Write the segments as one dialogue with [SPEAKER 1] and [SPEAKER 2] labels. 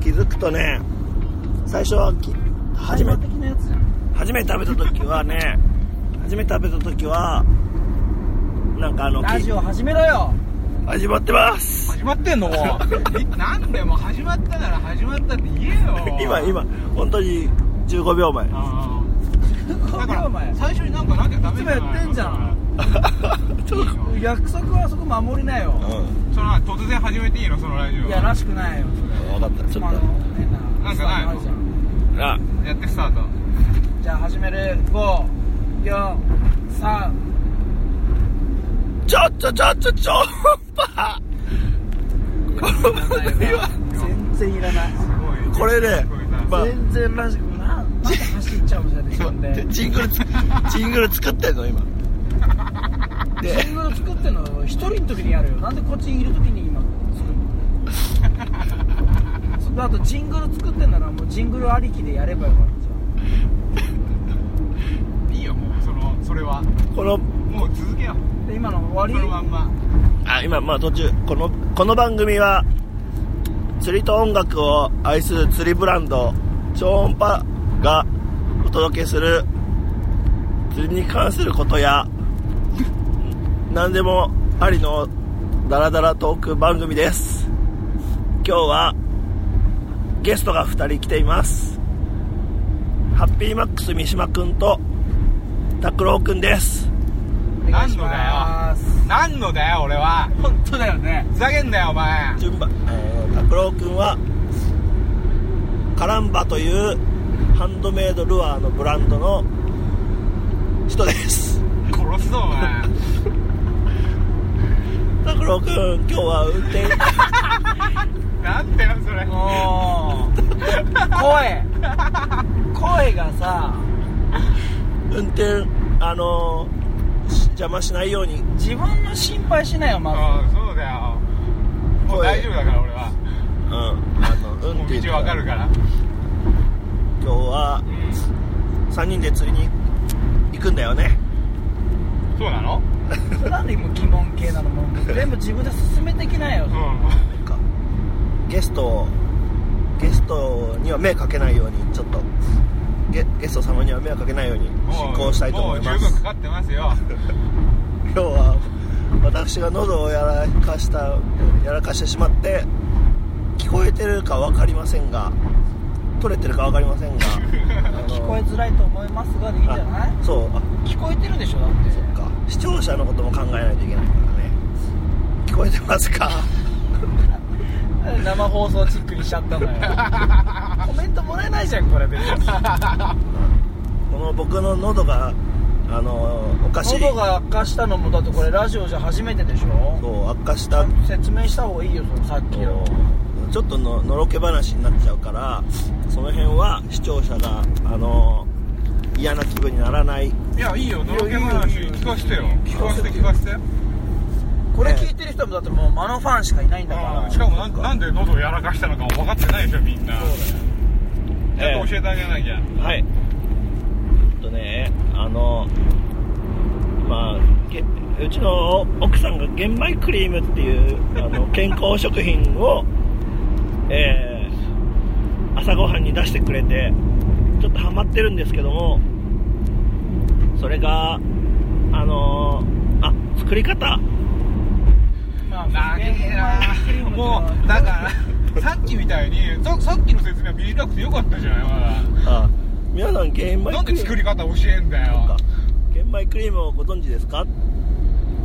[SPEAKER 1] 気づくとね最初はき初め
[SPEAKER 2] 的なやつじゃん
[SPEAKER 1] 初めて食べた時はね初めて食べた時はなんかあの
[SPEAKER 2] ラジオ始めろよ
[SPEAKER 1] 始まってます
[SPEAKER 2] 始まってん の
[SPEAKER 3] なんでもう始まったなら始まったって言えよ
[SPEAKER 1] 今今本当に15秒前
[SPEAKER 3] あー
[SPEAKER 2] だ
[SPEAKER 3] だか
[SPEAKER 2] からお
[SPEAKER 3] ら
[SPEAKER 2] 前
[SPEAKER 3] 最初になんかなきゃダメ
[SPEAKER 2] いつもやってんじゃん
[SPEAKER 1] ちょっ
[SPEAKER 2] 約束はそこ守りなよ
[SPEAKER 1] とうん
[SPEAKER 3] その突然始めていいのそのラジオ
[SPEAKER 2] いやらしくないよ
[SPEAKER 1] 分かったち
[SPEAKER 2] それ
[SPEAKER 1] ょっ
[SPEAKER 2] あの変な
[SPEAKER 3] なんかないの
[SPEAKER 2] あるじゃん
[SPEAKER 1] とな
[SPEAKER 3] やってスタート
[SPEAKER 2] じゃあ始める543
[SPEAKER 1] ちょちょちょちょちょパこの番組は
[SPEAKER 2] 全然いらない
[SPEAKER 3] すご
[SPEAKER 1] こ
[SPEAKER 3] い
[SPEAKER 1] れねまあ
[SPEAKER 2] 全然らしくなまた走っちゃうもんじゃねえそんで
[SPEAKER 1] ジングルつジングル作ってんの今で
[SPEAKER 2] そんなの作ってんの一人の時にやるよなんでこっちにいる時に今作るのそのあとジングル作ってんならもうジングルありきでやればよかった
[SPEAKER 3] いいよもうそのそれは
[SPEAKER 1] この
[SPEAKER 3] もう続け
[SPEAKER 2] じ
[SPEAKER 3] よ
[SPEAKER 2] ゃんで今の
[SPEAKER 3] そ
[SPEAKER 2] 終
[SPEAKER 3] の
[SPEAKER 2] わ
[SPEAKER 3] まんま
[SPEAKER 1] あ今まあ途中このこの番組は釣りと音楽を愛する釣りブランド超音波がお届けする釣りに関することや 何でもありのダラダラトーク番組です今日はゲストが2人来ていますハッピーマックス三島くんと拓郎くんです
[SPEAKER 2] りお願いします
[SPEAKER 3] 何のだよ俺は
[SPEAKER 2] 本当だよね
[SPEAKER 3] ふざけんなよお前
[SPEAKER 1] 順番えー拓郎君はカランバというハンドメイドルアーのブランドの人です
[SPEAKER 3] 殺すぞお前
[SPEAKER 1] 拓郎君今日は運転
[SPEAKER 3] なんだよそれ
[SPEAKER 2] もう声声がさ
[SPEAKER 1] 運転あのーし邪魔しないように
[SPEAKER 2] 自分の心配しないよま
[SPEAKER 3] ああそうだよもう大丈夫だから俺は
[SPEAKER 1] うんあの 運
[SPEAKER 3] もう
[SPEAKER 1] 転
[SPEAKER 3] 道わかるから
[SPEAKER 1] 今日は
[SPEAKER 3] うん
[SPEAKER 1] 3人で釣りに行くんだよね
[SPEAKER 3] そうなの
[SPEAKER 2] ずそれなんで今疑問系なのもう全部自分で進めてきなよ
[SPEAKER 3] う
[SPEAKER 1] なんかゲストをゲストには目かけないようにちょっとゲゲスト様には迷惑かけないように
[SPEAKER 3] ん
[SPEAKER 1] 進行したいと思いま
[SPEAKER 3] もう十
[SPEAKER 1] す
[SPEAKER 3] 分かかってますよ
[SPEAKER 1] 今日は私が喉をやらかしたやらかしてしまって聞こえてるか分かりませんが取れてるか分かりませんが
[SPEAKER 2] 聞こえづらいと思いますがでいいんじゃない
[SPEAKER 1] あそうあ
[SPEAKER 2] 聞こえてるでしょだって
[SPEAKER 1] そっか視聴者のことも考えないといけないからね聞こえてますか
[SPEAKER 2] 生放送チックにしち ゃったんだよコメントもらえないじゃんこれ別に
[SPEAKER 1] この僕の喉があのおかしい
[SPEAKER 2] 喉が悪化したのもだってこれラジオじゃ初めてでしょ
[SPEAKER 1] そう悪化した
[SPEAKER 2] 説明した方がいいよそのさっきの
[SPEAKER 1] ちょっとののろけ話になっちゃうからその辺は視聴者があの嫌な気分にならない
[SPEAKER 3] いやいいよのろけ
[SPEAKER 2] い
[SPEAKER 3] 話
[SPEAKER 2] いよいいよ
[SPEAKER 3] 聞かせてよ
[SPEAKER 1] 聞
[SPEAKER 3] 聞
[SPEAKER 1] か
[SPEAKER 3] か
[SPEAKER 1] せ
[SPEAKER 3] せ
[SPEAKER 1] て
[SPEAKER 3] て聞かせて
[SPEAKER 2] これ聞いてる人もだってもうマノファンしかいないんだから
[SPEAKER 3] うんしかもなんなんで喉をやらかしたのか分かってないでしょみんなちゃんと教えてあげなきゃ
[SPEAKER 1] はい。えっとね、あの、まあ、げうちの奥さんが玄米クリームっていうあの健康食品を、えー朝ごはんに出してくれて、ちょっとハマってるんですけども、それが、あのあ、作り方、
[SPEAKER 2] まあ
[SPEAKER 3] なげえなもうだからさっきみたいにささっきの説明は短くてよかったじゃないま
[SPEAKER 1] あ皆さん玄米クリーム
[SPEAKER 3] だなんで作り方教えんだ
[SPEAKER 1] そう
[SPEAKER 3] よ
[SPEAKER 1] か玄米クリームをご存知ですか、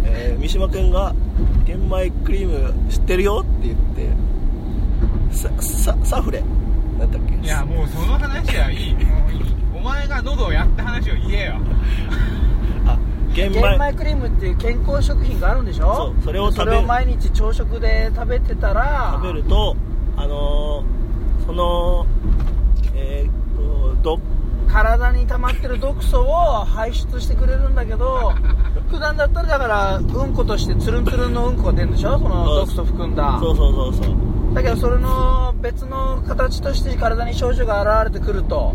[SPEAKER 1] えー三島君が「玄米クリーム知ってるよ」って言ってささサフレなんだっけ
[SPEAKER 3] いやもうその話はいいもういいお前が喉をやった話を言えよ
[SPEAKER 1] あ玄米
[SPEAKER 2] 玄米クリームっていう健康食品があるんでしょ
[SPEAKER 1] そうそれを食べる
[SPEAKER 2] それを毎日朝食で食べてたら
[SPEAKER 1] 食べるとあのーそのえーっとど
[SPEAKER 2] 体に溜まってる毒素を排出してくれるんだけ ど普段だったらだからうんことしてツルンツルンのうんこが出るんでしょその毒素含んだ
[SPEAKER 1] そうそうそう そう
[SPEAKER 2] だけどそれの別の形として体に症状が現れてくると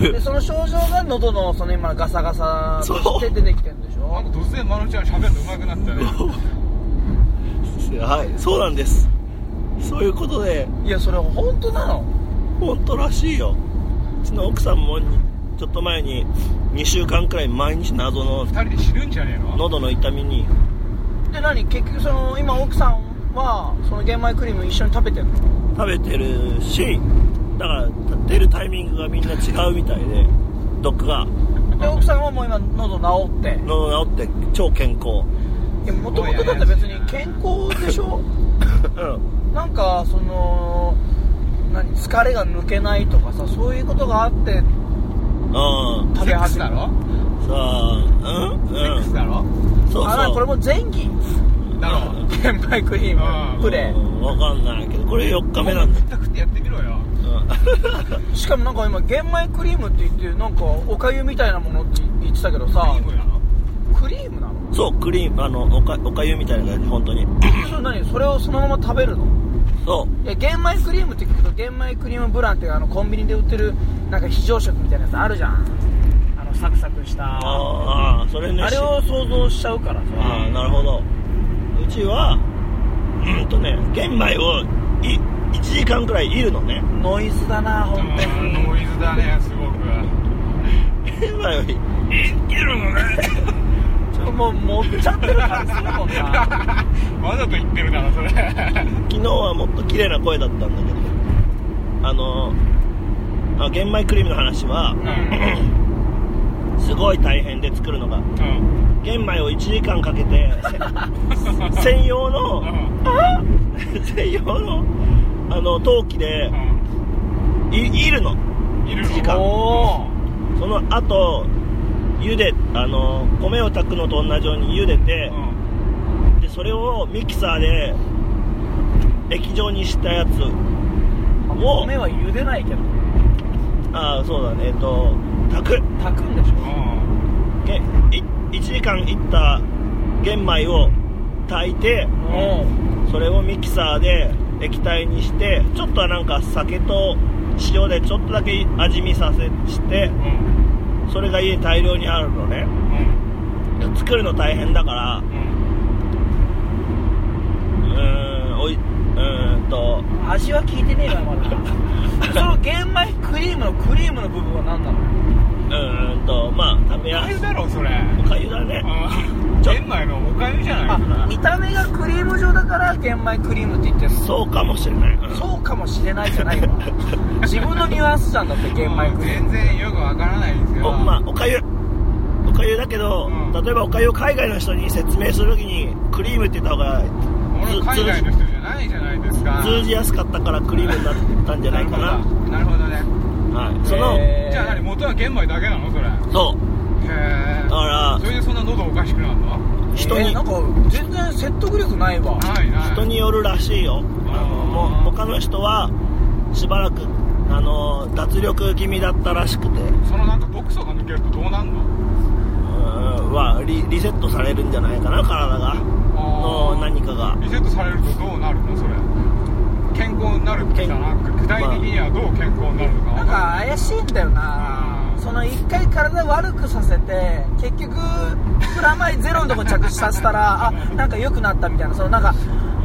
[SPEAKER 1] 来
[SPEAKER 2] でその症状が喉のその今のガサガサと
[SPEAKER 1] そ
[SPEAKER 2] し
[SPEAKER 1] う
[SPEAKER 2] て出てきてるんでし
[SPEAKER 3] なん
[SPEAKER 2] ょ
[SPEAKER 3] か突然まるちゃん喋るの上手くなったね
[SPEAKER 1] はいそうなんですそういうことで
[SPEAKER 2] いやそれ本当なの
[SPEAKER 1] 本当らしいようちの奥さんもちょっと前に2週間くらい毎日謎の
[SPEAKER 3] 二人で死ぬんじゃねえ の
[SPEAKER 1] 喉の痛みに
[SPEAKER 2] で何結局その今奥さんはその玄米クリーム一緒に食べてるの
[SPEAKER 1] 食べてるしだから出るタイミングがみんな違うみたいで毒が
[SPEAKER 2] で奥さんはもう今喉治って
[SPEAKER 1] 喉治って超健康
[SPEAKER 2] いやもともとだって別に健康でしょ
[SPEAKER 1] うん
[SPEAKER 2] なんかその何疲れが抜けないとかさそういうことがあって
[SPEAKER 1] うん
[SPEAKER 2] 食
[SPEAKER 3] セ
[SPEAKER 2] べ
[SPEAKER 3] ック
[SPEAKER 2] 始
[SPEAKER 3] ス
[SPEAKER 2] め
[SPEAKER 3] だ
[SPEAKER 2] た
[SPEAKER 3] ろ
[SPEAKER 1] さあうん
[SPEAKER 3] セッ
[SPEAKER 1] う
[SPEAKER 3] ク
[SPEAKER 1] ん
[SPEAKER 3] スだろ
[SPEAKER 1] そう
[SPEAKER 2] あな
[SPEAKER 1] そ
[SPEAKER 2] に
[SPEAKER 1] う
[SPEAKER 2] これも前期
[SPEAKER 3] だろ
[SPEAKER 2] 玄米クリー
[SPEAKER 3] うん
[SPEAKER 2] ムプレ
[SPEAKER 1] うんわかんないけどこれ4日目なんだ
[SPEAKER 3] 食ったくってやってみろよ
[SPEAKER 2] ーしかもなんか今玄米クリームって言ってなんかおかゆみたいなものって言ってたけど
[SPEAKER 3] クリ
[SPEAKER 2] さ
[SPEAKER 3] ームなの
[SPEAKER 2] クリームなの
[SPEAKER 1] うんそうクリームあのおかおかゆみたいな感じ本当に
[SPEAKER 2] それ何それをそのまま食べるの
[SPEAKER 1] そう
[SPEAKER 2] いや玄米クリームって聞くと玄米クリームブランってあのコンビニで売ってるなんか非常食みたいなやつあるじゃんあのサクサクしたあ
[SPEAKER 1] ああそれね
[SPEAKER 2] れを想像しちゃうから
[SPEAKER 1] ああ
[SPEAKER 2] さ
[SPEAKER 1] なるほどうちはうんとね玄米をい1時間くらいいるのね
[SPEAKER 2] ノイズだな
[SPEAKER 3] う
[SPEAKER 2] 本当に
[SPEAKER 3] んノイズだねすごく
[SPEAKER 1] 玄米をいいるのね
[SPEAKER 2] ちょっともう持っちゃってる感じするもんな
[SPEAKER 3] わざと言ってるなそれ
[SPEAKER 1] 昨日はもっと綺麗な声だったんだけどあのあ玄米クリームの話は
[SPEAKER 3] うん
[SPEAKER 1] すごい大変で作るのが
[SPEAKER 3] うん
[SPEAKER 1] 玄米を1時間かけてせ専用
[SPEAKER 3] う
[SPEAKER 1] の
[SPEAKER 3] ん
[SPEAKER 1] 専用のあの陶器で
[SPEAKER 3] う
[SPEAKER 1] いいるの
[SPEAKER 3] んいる
[SPEAKER 1] 一時間
[SPEAKER 3] の
[SPEAKER 2] おお
[SPEAKER 1] その後茹であの米を炊くのと同じように茹でて、
[SPEAKER 3] うん
[SPEAKER 1] でそれをミキサーで液状にしたやつを
[SPEAKER 2] 米は茹でないけど
[SPEAKER 1] ああそうだねえっと炊く
[SPEAKER 2] 炊くんでしょ
[SPEAKER 3] うん
[SPEAKER 1] げい1時間いった玄米を炊いて
[SPEAKER 2] お
[SPEAKER 1] それをミキサーで液体にしてちょっとはなんか酒と塩でちょっとだけ味見させして
[SPEAKER 3] うん
[SPEAKER 1] それが家に大量にあるのね
[SPEAKER 3] うん
[SPEAKER 1] で作るの大変だから
[SPEAKER 3] うん
[SPEAKER 1] うーんおいうーんと
[SPEAKER 2] お味は効いてねえわまだその玄米クリームのクリームの部分は何なの
[SPEAKER 1] うーんとまあ食べや
[SPEAKER 3] 大
[SPEAKER 1] すい
[SPEAKER 3] 変だろそれ
[SPEAKER 1] おかゆだね
[SPEAKER 3] うん
[SPEAKER 1] ちょ
[SPEAKER 3] 玄米のおかゆじゃない
[SPEAKER 2] あ見た目がクリーム状だから玄米クリームって言ってるの
[SPEAKER 1] そうかもしれない、うん
[SPEAKER 2] そうかもしれないじゃないわ自分のニュアンスじゃんだって玄米クリーム
[SPEAKER 3] 全然よくわからないですよ
[SPEAKER 1] おまあおかゆおかゆだけど、
[SPEAKER 3] うん
[SPEAKER 1] 例えばおかゆを海外の人に説明するときにクリームって言った方が
[SPEAKER 3] 俺海外の人じゃないじゃないですか
[SPEAKER 1] 通じやすかったからクリームになったんじゃないかな
[SPEAKER 3] なるほどなるほどね
[SPEAKER 1] はい、その、
[SPEAKER 2] えー
[SPEAKER 3] じゃあ何元は玄米だけなのそれへ
[SPEAKER 1] そう
[SPEAKER 3] え
[SPEAKER 1] だから
[SPEAKER 3] それでそんな喉おかしくなるの
[SPEAKER 1] 人に、
[SPEAKER 2] えーなんか全然説得力ないわ
[SPEAKER 3] ないない
[SPEAKER 1] 人によるらしいよあのもう他の人はしばらくあの脱力気味だったらしくてうん
[SPEAKER 3] そのなんか毒素が抜けるとどうなんの
[SPEAKER 1] はリリセットされるんじゃないかな体がの
[SPEAKER 3] あ
[SPEAKER 1] 何かが
[SPEAKER 3] あリセットされるとどうなるのそれ健康になるってじゃなく具体的にはどう健康になるのか
[SPEAKER 2] な
[SPEAKER 3] わ
[SPEAKER 2] ん
[SPEAKER 3] か
[SPEAKER 2] か怪しいんだよな
[SPEAKER 3] うん
[SPEAKER 2] その一回体悪くさせて結局プラマイゼロのとこ着地させたらあなんか良くなったみたいなそのなんか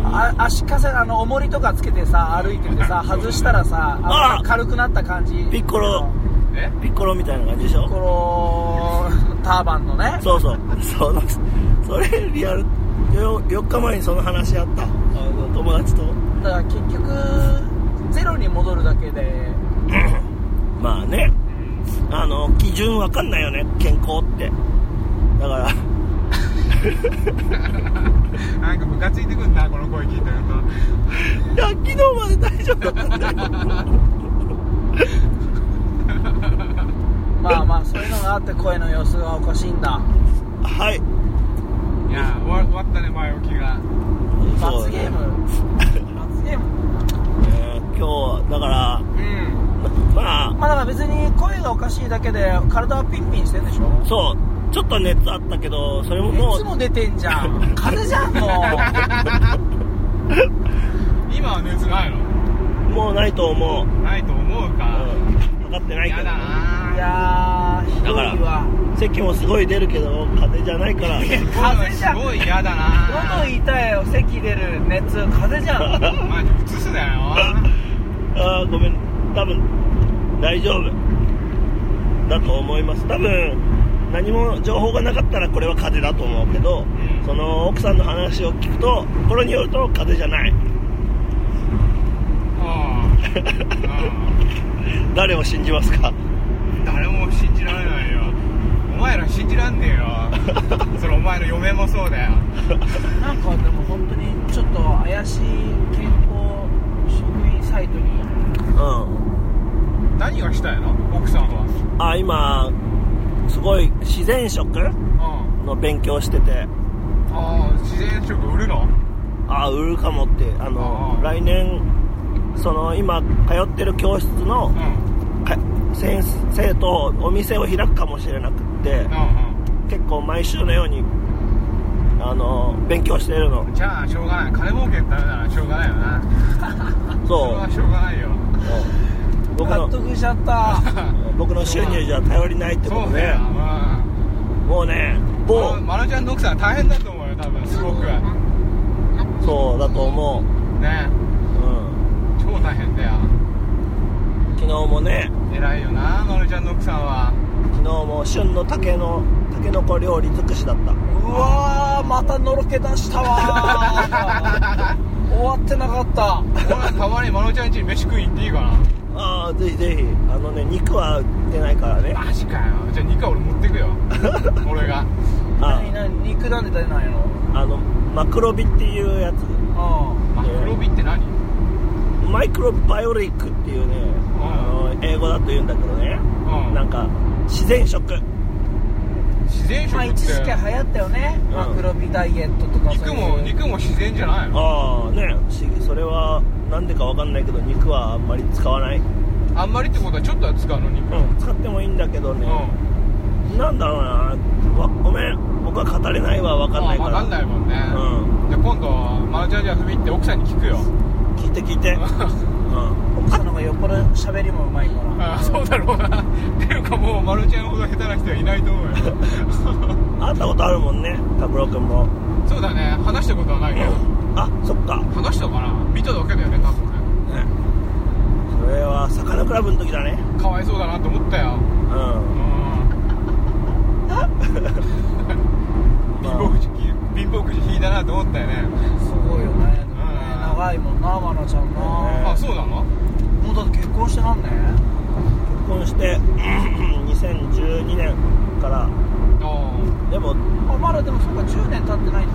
[SPEAKER 2] あ足かせあの重りとかつけてさ歩いててさ外したらさあ
[SPEAKER 1] あ
[SPEAKER 2] 軽くなった感じ
[SPEAKER 1] ピッコロ
[SPEAKER 3] んないえ
[SPEAKER 1] ピッコロみたいな感じでしょ
[SPEAKER 2] ピッコロターバンのね
[SPEAKER 1] そうそうそうなんですそれリアルよ4日前にその話あったあの友達と
[SPEAKER 2] だから結局ゼロに戻るだけで
[SPEAKER 1] まあねあの基準わかんないよね健康ってだから
[SPEAKER 3] なんかムカついてくんなこの声聞いてると
[SPEAKER 1] いや昨日まで大丈夫だったんだよ
[SPEAKER 2] まあまあそういうのがあって声の様子がおかしいんだ
[SPEAKER 1] はい
[SPEAKER 3] いや終わ終わったね前置きが
[SPEAKER 1] そ
[SPEAKER 2] 罰
[SPEAKER 1] う
[SPEAKER 2] ゲ
[SPEAKER 1] だ
[SPEAKER 2] ー
[SPEAKER 1] ね
[SPEAKER 2] ム罰ゲーム
[SPEAKER 1] えー今日はだから
[SPEAKER 3] うん
[SPEAKER 1] まあ
[SPEAKER 2] まあだから別に声がおかしいだけで体はピンピンしてんでしょ
[SPEAKER 1] そうちょっと熱あったけどそれもも
[SPEAKER 2] いうつも出てんじゃん風邪じゃんもう
[SPEAKER 3] 今は熱ないの
[SPEAKER 1] もうないと思う、
[SPEAKER 3] ないと思
[SPEAKER 1] う
[SPEAKER 3] うか
[SPEAKER 1] ん、分かってないけ
[SPEAKER 3] や
[SPEAKER 1] ど
[SPEAKER 3] だな
[SPEAKER 2] いやーひ
[SPEAKER 1] だ
[SPEAKER 2] ど
[SPEAKER 1] か
[SPEAKER 2] いわ
[SPEAKER 1] ら席もすごい出るけど風邪じゃないから
[SPEAKER 2] 風邪じゃん
[SPEAKER 3] すごい嫌だ
[SPEAKER 2] 喉
[SPEAKER 3] な
[SPEAKER 2] 痛いよ咳出る熱風邪じゃん
[SPEAKER 3] まあうつすだよ
[SPEAKER 1] あーごめん多分大丈夫だと思います多分何も情報がなかったらこれは風邪だと思うけど
[SPEAKER 3] ん
[SPEAKER 1] その奥さんの話を聞くとこれによると風邪じゃない
[SPEAKER 3] うん
[SPEAKER 1] 誰を信じますか
[SPEAKER 3] うん誰も信じられないよお前ら信じらんねえよそれお前の嫁もそうだよ
[SPEAKER 2] なんかでも本当にちょっと怪しい健康職員サイトに
[SPEAKER 1] うん
[SPEAKER 3] 何がしたいの奥さんは
[SPEAKER 1] あ今すごい自然食
[SPEAKER 3] うん
[SPEAKER 1] の勉強してて
[SPEAKER 3] ああ自然食売るの
[SPEAKER 1] ああ売るかもってあの
[SPEAKER 3] あー
[SPEAKER 1] 来年その今通ってる教室の
[SPEAKER 3] うんうん
[SPEAKER 1] か先生とお店を開くかもしれなくって
[SPEAKER 3] う
[SPEAKER 1] 結構毎週のようにあの勉強してるの
[SPEAKER 3] んじゃあしょうがない金儲けのためならしょうがないよなそれ
[SPEAKER 1] そ
[SPEAKER 3] はしょうがないよ
[SPEAKER 1] う僕
[SPEAKER 2] 納
[SPEAKER 1] の
[SPEAKER 2] 得しちゃった
[SPEAKER 1] 僕の収入じゃ頼りないってこ
[SPEAKER 3] そ
[SPEAKER 1] と
[SPEAKER 3] うだ
[SPEAKER 1] で
[SPEAKER 3] ようん
[SPEAKER 1] もうね某
[SPEAKER 3] ままなちゃんの奥さん大変だと思うよ多分すごく
[SPEAKER 1] そうだと思う、
[SPEAKER 3] ね
[SPEAKER 1] うん、
[SPEAKER 3] 超大変だよ
[SPEAKER 1] 昨日もね
[SPEAKER 3] 偉いよなまるちゃんの奥さんは
[SPEAKER 1] 昨日も旬の竹のたけのこ料理尽くしだった
[SPEAKER 2] うわーまたのろけ出したわ ー終わってなかった
[SPEAKER 3] ほらたまにまるちゃん家に飯食い行っていいか
[SPEAKER 1] ああぜひぜひあのね肉は売ってないからね
[SPEAKER 3] なマジかよじゃあ肉は俺持って くよ俺が
[SPEAKER 1] あ
[SPEAKER 2] 何何肉なんで出ないの
[SPEAKER 1] あのマクロビっていうやつ
[SPEAKER 2] うん
[SPEAKER 3] マクロビって何
[SPEAKER 1] マイクロバイオリックっていうね、あの英語だと言うんだけどね、
[SPEAKER 3] うん
[SPEAKER 1] なんか自然食
[SPEAKER 3] 自然
[SPEAKER 2] まあ
[SPEAKER 3] 食っ
[SPEAKER 2] 一時期流
[SPEAKER 3] て
[SPEAKER 2] 行ったよね、
[SPEAKER 1] ん
[SPEAKER 2] マクロビダイエットとか
[SPEAKER 3] 肉も
[SPEAKER 2] そういう
[SPEAKER 3] 肉も自然じゃないの
[SPEAKER 1] ああね不思議それはなんでかわかんないけど肉はあんまり使わない、う
[SPEAKER 3] あんまりってことはちょっとは使うの肉うん
[SPEAKER 1] ん、使ってもいいんだけどね、なんだろうなわごめん僕は語れないわわかんない
[SPEAKER 3] あ
[SPEAKER 1] か
[SPEAKER 3] わ
[SPEAKER 1] ら
[SPEAKER 3] かんないもんね
[SPEAKER 1] う
[SPEAKER 3] じゃあ今度まるちゃん家遊び行って奥さんに聞くよ
[SPEAKER 1] 聞いて聞いて、うん、
[SPEAKER 2] 奥さんの方がよっぽど喋りもうまいから
[SPEAKER 3] ああそうだろうなっていうかもうまるちゃんほど下手な人はいないと思 うよ
[SPEAKER 1] 会ったことあるもんねタブロ君も
[SPEAKER 3] そうだね話したことはないけど
[SPEAKER 1] あそっか、ね、
[SPEAKER 3] 話したかな見ただけだよね多分ね
[SPEAKER 1] それは魚クラブの時だね
[SPEAKER 3] かわいそうだなと思ったよ
[SPEAKER 1] うん
[SPEAKER 3] うん貧乏くじ貧乏くじ引いたなと思ったよね
[SPEAKER 2] すごいよねでもね
[SPEAKER 3] うん
[SPEAKER 2] 長いもんな愛菜ちゃん
[SPEAKER 1] ね
[SPEAKER 2] な
[SPEAKER 3] あそうなの
[SPEAKER 2] もうだって結婚してなんね
[SPEAKER 1] 結婚してうん2012年から
[SPEAKER 3] あ
[SPEAKER 1] でも
[SPEAKER 2] あまだでもそっか10年経ってないんだ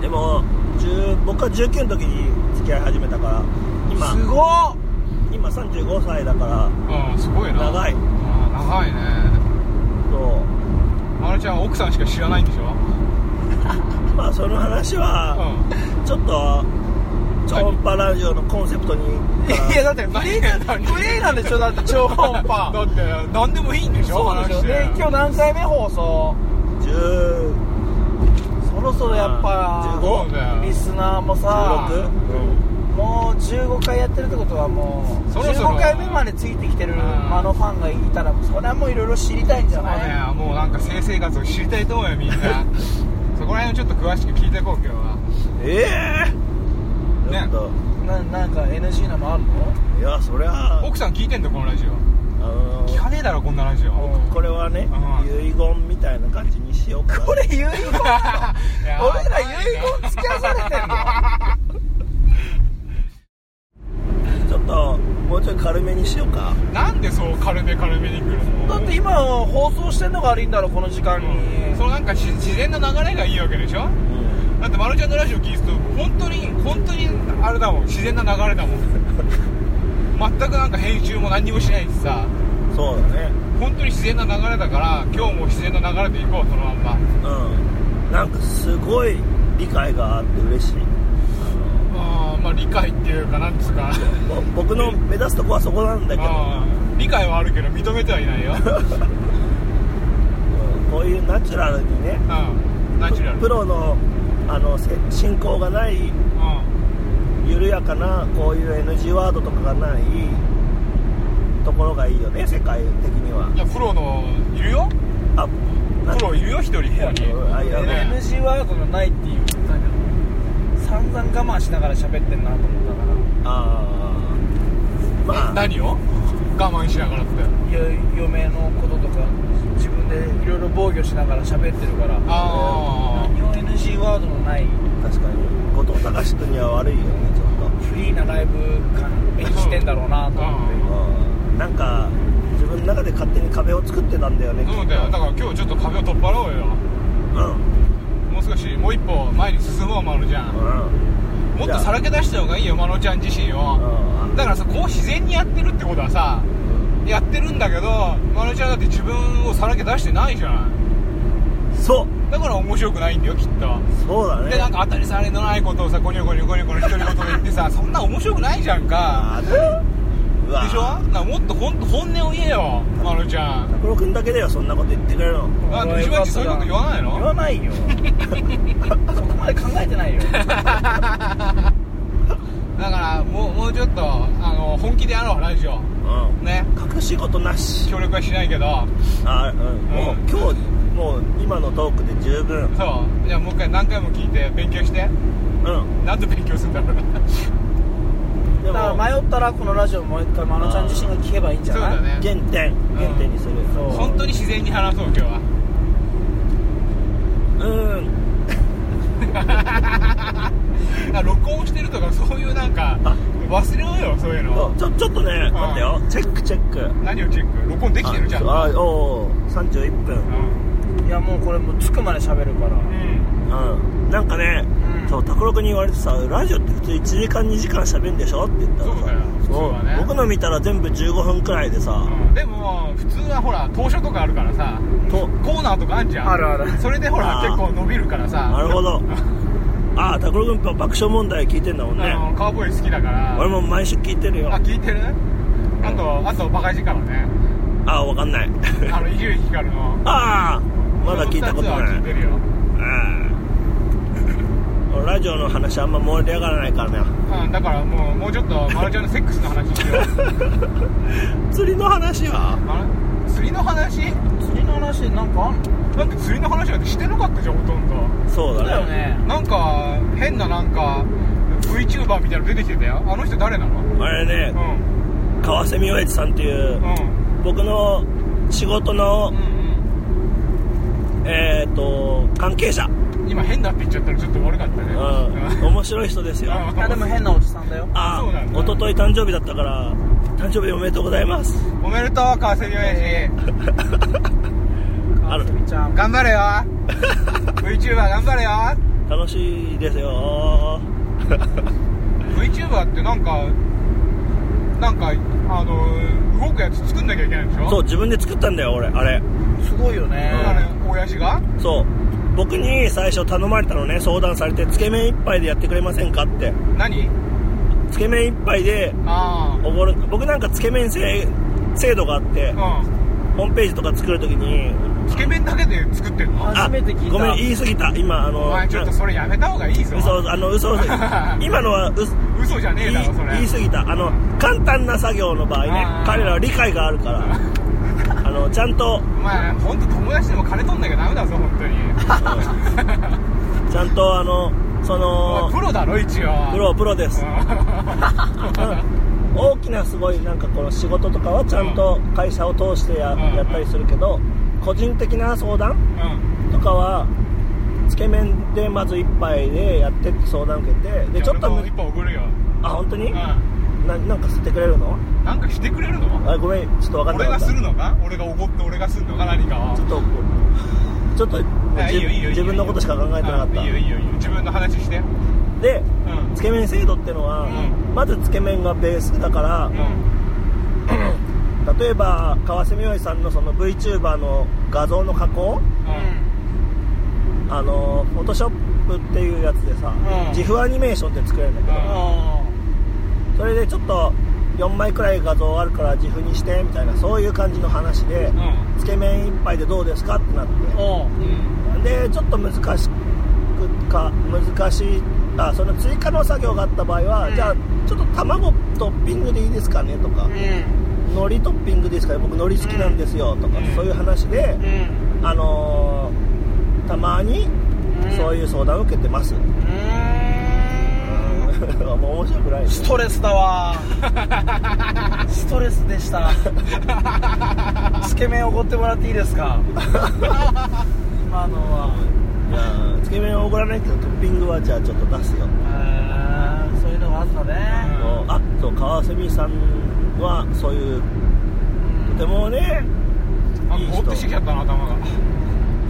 [SPEAKER 1] でも10僕は19の時に付き合い始めたから今
[SPEAKER 2] すごっ
[SPEAKER 1] 今35歳だから
[SPEAKER 3] あうんすごいな
[SPEAKER 1] 長い
[SPEAKER 3] あ長いね
[SPEAKER 1] と
[SPEAKER 3] まるちゃんは奥さんしか知らないんでしょ
[SPEAKER 1] まあその話は
[SPEAKER 3] う
[SPEAKER 1] ちょっと超音波ラジオのコンセプトに
[SPEAKER 2] いやだってフリーな
[SPEAKER 3] 何
[SPEAKER 2] フリーなんでしょだって超音
[SPEAKER 3] ん
[SPEAKER 2] 波
[SPEAKER 3] だって何でもいいんでしょ
[SPEAKER 2] そうでしょね今日何回目放送
[SPEAKER 1] 10
[SPEAKER 2] そろそろやっ
[SPEAKER 1] あ
[SPEAKER 2] ぱ
[SPEAKER 1] ー15
[SPEAKER 3] そうだよ
[SPEAKER 2] リスナーもさ
[SPEAKER 3] 16
[SPEAKER 2] もう15回やってるってことはもう
[SPEAKER 3] そろそろ
[SPEAKER 2] 15回目までついてきてる間のファンがいたらそれはもういろいろ知りたいんじゃ
[SPEAKER 3] ま
[SPEAKER 2] ない
[SPEAKER 3] あねもうなんか性生活を知りたいと思うよみん なそこら辺をちょっと詳しく聞いていこう今日は
[SPEAKER 1] ええー、
[SPEAKER 3] ね
[SPEAKER 1] ちょっ
[SPEAKER 2] ななんか NG なのあるの
[SPEAKER 1] といやそりゃあ
[SPEAKER 3] 奥さん聞いてんのこのラジオ
[SPEAKER 1] の
[SPEAKER 3] 聞かねえだろこんなラジオ
[SPEAKER 1] これはね
[SPEAKER 3] う
[SPEAKER 1] 遺言みたいな感じにしようかな
[SPEAKER 2] これ遺 言俺ら遺言付き合わされてんだ
[SPEAKER 1] ちょっともうちょい軽めにしようか
[SPEAKER 3] なんでそう軽め軽めに来るの
[SPEAKER 2] だって今放送してんのが悪いんだろこの時間に
[SPEAKER 3] そうなんかし自然な流れがいいわけでしょ
[SPEAKER 1] うん
[SPEAKER 3] だってまるちゃんのラジオ聞いてると本当に本当にあれだもん自然な流れだもん全くなんか編集も何にもしないしさ
[SPEAKER 1] そうだね
[SPEAKER 3] 本当に自然な流れだから今日も自然な流れで行こうそのまんま
[SPEAKER 1] うんなんかすごい理解があって嬉しい
[SPEAKER 3] あーまあ理解っていうかなんつう か
[SPEAKER 1] ぼ僕の目指すとこはそこなんだけど、
[SPEAKER 3] あー理解はあるけど認めては いないよ、
[SPEAKER 1] うんこういうナチュラルにね
[SPEAKER 3] うん、ナチュラル、う
[SPEAKER 1] プロのあのせ進行がない
[SPEAKER 3] ん、
[SPEAKER 1] 緩やかなこういう NG ワードとかがないところがいいよね世界的にはい
[SPEAKER 3] やプロのいるよ
[SPEAKER 1] あなん
[SPEAKER 3] プロいるよ一人部屋に
[SPEAKER 1] あいや
[SPEAKER 3] ね
[SPEAKER 2] NG ワードのないっていうことだけど散々我慢しながら喋ってんなと思ったか
[SPEAKER 1] あー まあ
[SPEAKER 3] 何を我慢しながらって
[SPEAKER 2] らよ嫁のこととか自分でいろいろ防御しながら喋ってるから
[SPEAKER 3] あー
[SPEAKER 2] 何も NG ワードのない
[SPEAKER 1] 確かに後藤隆君には悪いよねちょっ
[SPEAKER 2] フリーなライブ感演してんだろうなと思って
[SPEAKER 1] とうんなんか自分の中で勝手に壁を作ってたんだよねきっと
[SPEAKER 3] そうだよだから今日ちょっと壁を取っ払おうよ
[SPEAKER 1] うん
[SPEAKER 3] もう少しもう一歩前に進もうマロちゃん
[SPEAKER 1] うん
[SPEAKER 3] もっとさらけ出した方がいいよマロちゃん自身を
[SPEAKER 1] うん
[SPEAKER 3] だからさこう自然にやってるってことはさやってるんだけどマロちゃんだって自分をさらけ出してないじゃん
[SPEAKER 1] そう
[SPEAKER 3] だから面白くないんだよきっと
[SPEAKER 1] そうだね
[SPEAKER 3] でなんか当たり障りのないことをさゴニョゴニョゴニョゴニョ独り言で言ってさそんな面白くないじゃんか
[SPEAKER 1] あーうわ
[SPEAKER 3] でしょなんかもっとほんと本音を言えよマロちゃん
[SPEAKER 1] 拓郎君だけではそんなこと言ってくれるの
[SPEAKER 3] あ
[SPEAKER 2] 俺は
[SPEAKER 3] 藤
[SPEAKER 2] よかっ
[SPEAKER 3] 巻
[SPEAKER 2] た
[SPEAKER 3] そういうこと言わないの
[SPEAKER 2] 言わないよそこまで考えてないよ
[SPEAKER 3] だからもうもうちょっとあの本気でやろうラジオ
[SPEAKER 1] う
[SPEAKER 3] ね
[SPEAKER 1] ん隠し事なし
[SPEAKER 3] 協力はしないけど
[SPEAKER 1] あうん、もう
[SPEAKER 3] うん
[SPEAKER 1] 今日もう今のトークで十分
[SPEAKER 3] そうじゃあもう一回何回も聞いて勉強して
[SPEAKER 1] うん
[SPEAKER 3] なんで勉強するんだろうな
[SPEAKER 1] で
[SPEAKER 2] だか
[SPEAKER 1] も
[SPEAKER 2] ら迷ったらこのラジオもう一回まなちゃん自身が聞けばいいんじゃ
[SPEAKER 3] そう
[SPEAKER 2] ない
[SPEAKER 3] だね
[SPEAKER 1] 原点原点にする、
[SPEAKER 2] そう
[SPEAKER 3] 本当に自然に話そう今日は
[SPEAKER 1] うん
[SPEAKER 3] だから録音してるとかそういうなんか
[SPEAKER 1] あ
[SPEAKER 3] 忘れようよそういう
[SPEAKER 1] そ
[SPEAKER 3] の
[SPEAKER 1] うちょちょっとね待ってよチェックチェック
[SPEAKER 3] 何をチェック録音できてるじゃん
[SPEAKER 1] ああおお31分
[SPEAKER 2] いやもうこれもう着くまで喋るから
[SPEAKER 3] うん
[SPEAKER 1] うんなんかね、
[SPEAKER 2] うん
[SPEAKER 1] そう拓郎君に言われてさラジオって普通1時間2時間喋るんでしょって言ったらさ
[SPEAKER 3] そうだよ普通はね
[SPEAKER 1] うん僕の見たら全部15分くらいでさ、
[SPEAKER 3] うんでも普通はほら当初とかあるからさ
[SPEAKER 1] と
[SPEAKER 3] コーナーとかあんじゃん
[SPEAKER 2] あるある
[SPEAKER 3] それでほら
[SPEAKER 1] あー
[SPEAKER 3] 結構伸びるからさ
[SPEAKER 1] なるほどああ拓郎君爆笑問題聞いてんだも
[SPEAKER 3] あ
[SPEAKER 1] んね
[SPEAKER 3] のカウボーイ好きだから
[SPEAKER 1] 俺も毎週聞いてるよ
[SPEAKER 3] あ聞いてるあとあとバカ力は ね
[SPEAKER 1] ああわかんない
[SPEAKER 3] あの伊集院光の
[SPEAKER 1] ああまだ聞いたこと
[SPEAKER 3] その二つは聞い
[SPEAKER 1] な
[SPEAKER 3] て
[SPEAKER 1] い
[SPEAKER 3] るよ
[SPEAKER 1] うん俺ラジオの話あんま盛り上がらないからね
[SPEAKER 3] うんだからもうもうちょっとマルちゃんのセックスの話しよ う
[SPEAKER 1] 釣りの話は
[SPEAKER 3] あれ釣りの話
[SPEAKER 2] 釣りの話なんかあんの
[SPEAKER 3] だって釣りの話なんてしてなかったじゃんほとんど
[SPEAKER 1] そうだね
[SPEAKER 2] だよね
[SPEAKER 3] なんか変ななんか VTuber みたいなの出てきてたよあの人誰なの
[SPEAKER 1] あれ
[SPEAKER 3] う
[SPEAKER 1] ね
[SPEAKER 3] ん
[SPEAKER 1] 川瀬美親父さんっていう
[SPEAKER 3] うん
[SPEAKER 1] 僕の仕事の
[SPEAKER 3] うんうん
[SPEAKER 1] えっ、と関係者
[SPEAKER 3] 今変だって言っちゃったらちょっと悪かった
[SPEAKER 1] う
[SPEAKER 3] ね
[SPEAKER 1] ん面白い人ですよ
[SPEAKER 3] うん
[SPEAKER 2] いやでも変なおじさんだよ
[SPEAKER 1] あ
[SPEAKER 3] そうなんだ
[SPEAKER 1] 一昨日誕生日だったから誕生日おめでとうございます
[SPEAKER 3] おめでとう川瀬親父
[SPEAKER 1] ある
[SPEAKER 2] かすみちゃん
[SPEAKER 3] 頑張 れよ VTuber 頑張れよ
[SPEAKER 1] 楽しいですよ
[SPEAKER 3] VTuber ってなんかなんかあの動くやつ作んなきゃいけないんでしょ
[SPEAKER 1] そう自分で作ったんだよ俺あれ
[SPEAKER 2] すごいよね
[SPEAKER 3] だから親父が
[SPEAKER 1] そう僕に最初頼まれたのね相談されてつけ麺一杯でやってくれませんかって
[SPEAKER 3] 何
[SPEAKER 1] つけ麺一杯で
[SPEAKER 3] あ
[SPEAKER 1] おごる僕なんかつけ麺制制度があって
[SPEAKER 3] あうん
[SPEAKER 1] ホームページとか作るときに
[SPEAKER 3] つけ麺だけで作ってんの
[SPEAKER 1] あ
[SPEAKER 2] 初めて聞いた
[SPEAKER 1] ごめん言い過ぎた今あ
[SPEAKER 3] お
[SPEAKER 1] の
[SPEAKER 3] 前ちょっとそれやめた方がいいぞ
[SPEAKER 1] 嘘嘘あの 嘘嘘今のは嘘
[SPEAKER 3] 嘘じゃね
[SPEAKER 1] 言
[SPEAKER 3] え
[SPEAKER 1] い
[SPEAKER 3] だろそれ
[SPEAKER 1] 言い過ぎたあの簡単な作業の場合ね
[SPEAKER 3] あー
[SPEAKER 1] 彼らは理解がある からあのちゃんと
[SPEAKER 3] お前ホント友達でも金取んなきゃダメだぞ本当に
[SPEAKER 1] ちゃんとあのそ
[SPEAKER 3] お
[SPEAKER 1] の
[SPEAKER 3] 前プロだろ一応
[SPEAKER 1] プロプロです
[SPEAKER 3] うん
[SPEAKER 1] 大きなすごいなんかこの仕事とかはちゃんと会社を通してや,、
[SPEAKER 3] うん
[SPEAKER 1] やったりするけど個人的な相談
[SPEAKER 3] う
[SPEAKER 1] と
[SPEAKER 3] ん
[SPEAKER 1] かはつけ麺でまず一杯でやってって相談受けてでちょっと
[SPEAKER 3] も
[SPEAKER 1] む
[SPEAKER 3] う一本おごるよ
[SPEAKER 1] あ本当
[SPEAKER 3] う
[SPEAKER 1] に、
[SPEAKER 3] ん
[SPEAKER 1] ななんか吸ってくれるの
[SPEAKER 3] なんかしてくれるの
[SPEAKER 1] あごめんちょっと分かんな
[SPEAKER 3] 俺
[SPEAKER 1] か
[SPEAKER 3] が
[SPEAKER 1] った
[SPEAKER 3] するのか俺がおごって俺がするのか何かを
[SPEAKER 1] ちょっとちょっと
[SPEAKER 3] あいいよいいよいいよ
[SPEAKER 1] 自分のことしか考えてなかっ
[SPEAKER 3] うんい
[SPEAKER 1] た
[SPEAKER 3] いよいいよいいよ自分の話して
[SPEAKER 1] で
[SPEAKER 3] うんうん
[SPEAKER 1] つけ麺制度ってのは、
[SPEAKER 3] う
[SPEAKER 1] まずつけ麺がベースだから、例えば川瀬美織さんのその VTuber の画像の加工
[SPEAKER 3] う
[SPEAKER 1] あのフォトショップっていうやつでさ、
[SPEAKER 3] うん
[SPEAKER 1] ジフアニメーションって作れるんだけ
[SPEAKER 2] あ
[SPEAKER 1] ど、それでちょっと4枚くらい画像あるからジフにしてみたいなそういう感じの話で、
[SPEAKER 3] んうん
[SPEAKER 1] つけ麺一杯でどうですかってなって、
[SPEAKER 2] ーおう
[SPEAKER 1] でちょっと難しくか難しいあその追加の作業があった場合は、
[SPEAKER 2] うん
[SPEAKER 1] じゃあちょっと卵トッピングでいいですかねとか、
[SPEAKER 2] うん
[SPEAKER 1] 海苔トッピングですかね僕海苔好きなんですよとか、
[SPEAKER 3] うん
[SPEAKER 1] そういう話で
[SPEAKER 3] う、ん
[SPEAKER 1] あのーたまに
[SPEAKER 3] うん
[SPEAKER 1] そういう相談を受けてます、
[SPEAKER 3] うーん
[SPEAKER 1] もう面白くないです
[SPEAKER 2] ストレスだ わストレスでしたつけ麺おごってもらっていいですか今のはい
[SPEAKER 1] やーつけ麺はおごらないけどトッピングはじゃあちょっと出すよ、
[SPEAKER 2] えーそういうのがあったね
[SPEAKER 1] もうあと川蝉さんはそういうとてもね
[SPEAKER 3] あ
[SPEAKER 1] いい人
[SPEAKER 3] ぼーっとしてきちゃったな頭が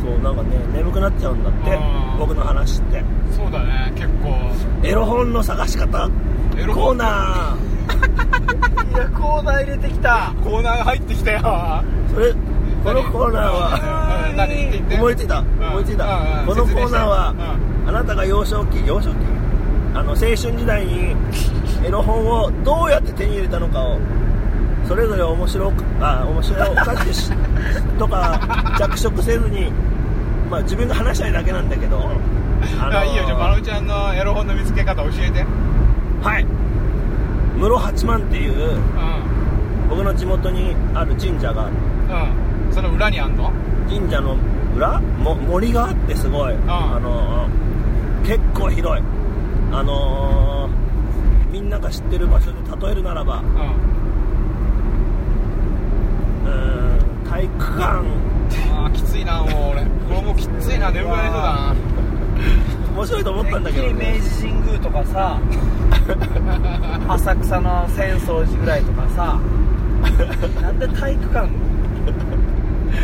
[SPEAKER 1] そうなんかね眠くなっちゃうんだって
[SPEAKER 3] あー
[SPEAKER 1] 僕の話って
[SPEAKER 3] そうだね結構
[SPEAKER 1] エロ本の探し方
[SPEAKER 3] エロ本
[SPEAKER 1] コーナ
[SPEAKER 2] いやコーナー入れてきた
[SPEAKER 3] コーナー入ってきたよ
[SPEAKER 1] ーそれこのコーナーは
[SPEAKER 3] うん何って言って
[SPEAKER 1] 思いついた思いついたこのコーナーはあなたが幼少期幼少期あの青春時代にエロ本をどうやって手に入れたのかをそれぞれ面白くあ面白おかしく しとか着色せずにまあ自分が話したいだけなんだけどあ
[SPEAKER 3] あいいよじゃあまなぶちゃんのエロ本の見つけ方教えて
[SPEAKER 1] はい室八幡っていう
[SPEAKER 3] う
[SPEAKER 1] 僕の地元にある神社がある
[SPEAKER 3] んうんその裏にあんの
[SPEAKER 1] 神社の裏も森があってすごい、あの結構広いあのーみんなが知ってる場所で例えるならば
[SPEAKER 3] うんあ
[SPEAKER 1] うーん体育館
[SPEAKER 3] ーきついなもう俺これもうきついな眠くなりそうだな
[SPEAKER 1] 面白いと思ったんだけど
[SPEAKER 2] てっきり
[SPEAKER 1] ね
[SPEAKER 2] 明治神宮とか さ浅草の浅草寺ぐらいとかさなんで体育館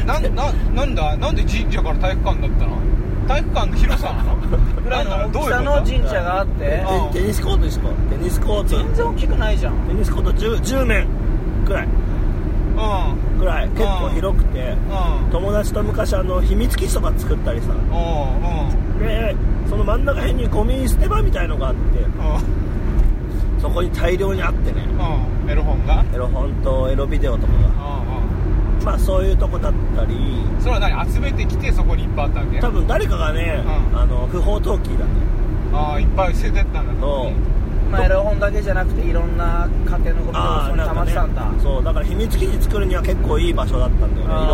[SPEAKER 3] なんななんだなんで神社から体育館だったの体育館の広さなの
[SPEAKER 2] ぐらいの大
[SPEAKER 3] どう
[SPEAKER 2] き
[SPEAKER 3] いう
[SPEAKER 2] さ
[SPEAKER 3] こと
[SPEAKER 2] の神社があって
[SPEAKER 3] あ
[SPEAKER 1] テテニスコートでしょテニスコート
[SPEAKER 2] 全然大きくないじゃん
[SPEAKER 1] テニスコート 10, 10面くらい
[SPEAKER 3] うん
[SPEAKER 1] くらい結構広くて
[SPEAKER 3] うん
[SPEAKER 1] 友達と昔あの秘密基地とか作ったりさ
[SPEAKER 3] うんうん
[SPEAKER 1] でその真ん中辺にゴミ捨て場みたいのがあって
[SPEAKER 3] う
[SPEAKER 1] そこに大量にあってね
[SPEAKER 3] んうんエロ本が
[SPEAKER 1] エロ本とエロビデオとかが
[SPEAKER 3] うん
[SPEAKER 1] まあそういうとこだったり
[SPEAKER 3] うんそれは何集めてきてそこにいっぱいあったわけ
[SPEAKER 1] 多分誰かがね、
[SPEAKER 3] うん
[SPEAKER 1] あの不法投棄だね
[SPEAKER 3] ああいっぱい捨ててったんだ
[SPEAKER 1] の、
[SPEAKER 2] まあエロ本だけじゃなくていろんな家庭のゴミとか
[SPEAKER 1] あ
[SPEAKER 2] そ
[SPEAKER 1] あ
[SPEAKER 2] こに
[SPEAKER 1] な
[SPEAKER 2] 溜ま
[SPEAKER 1] ん
[SPEAKER 2] ってた
[SPEAKER 1] か
[SPEAKER 2] んだ
[SPEAKER 1] ねそうだから秘密基地作るには結構いい場所だったんだよねいろ
[SPEAKER 2] あ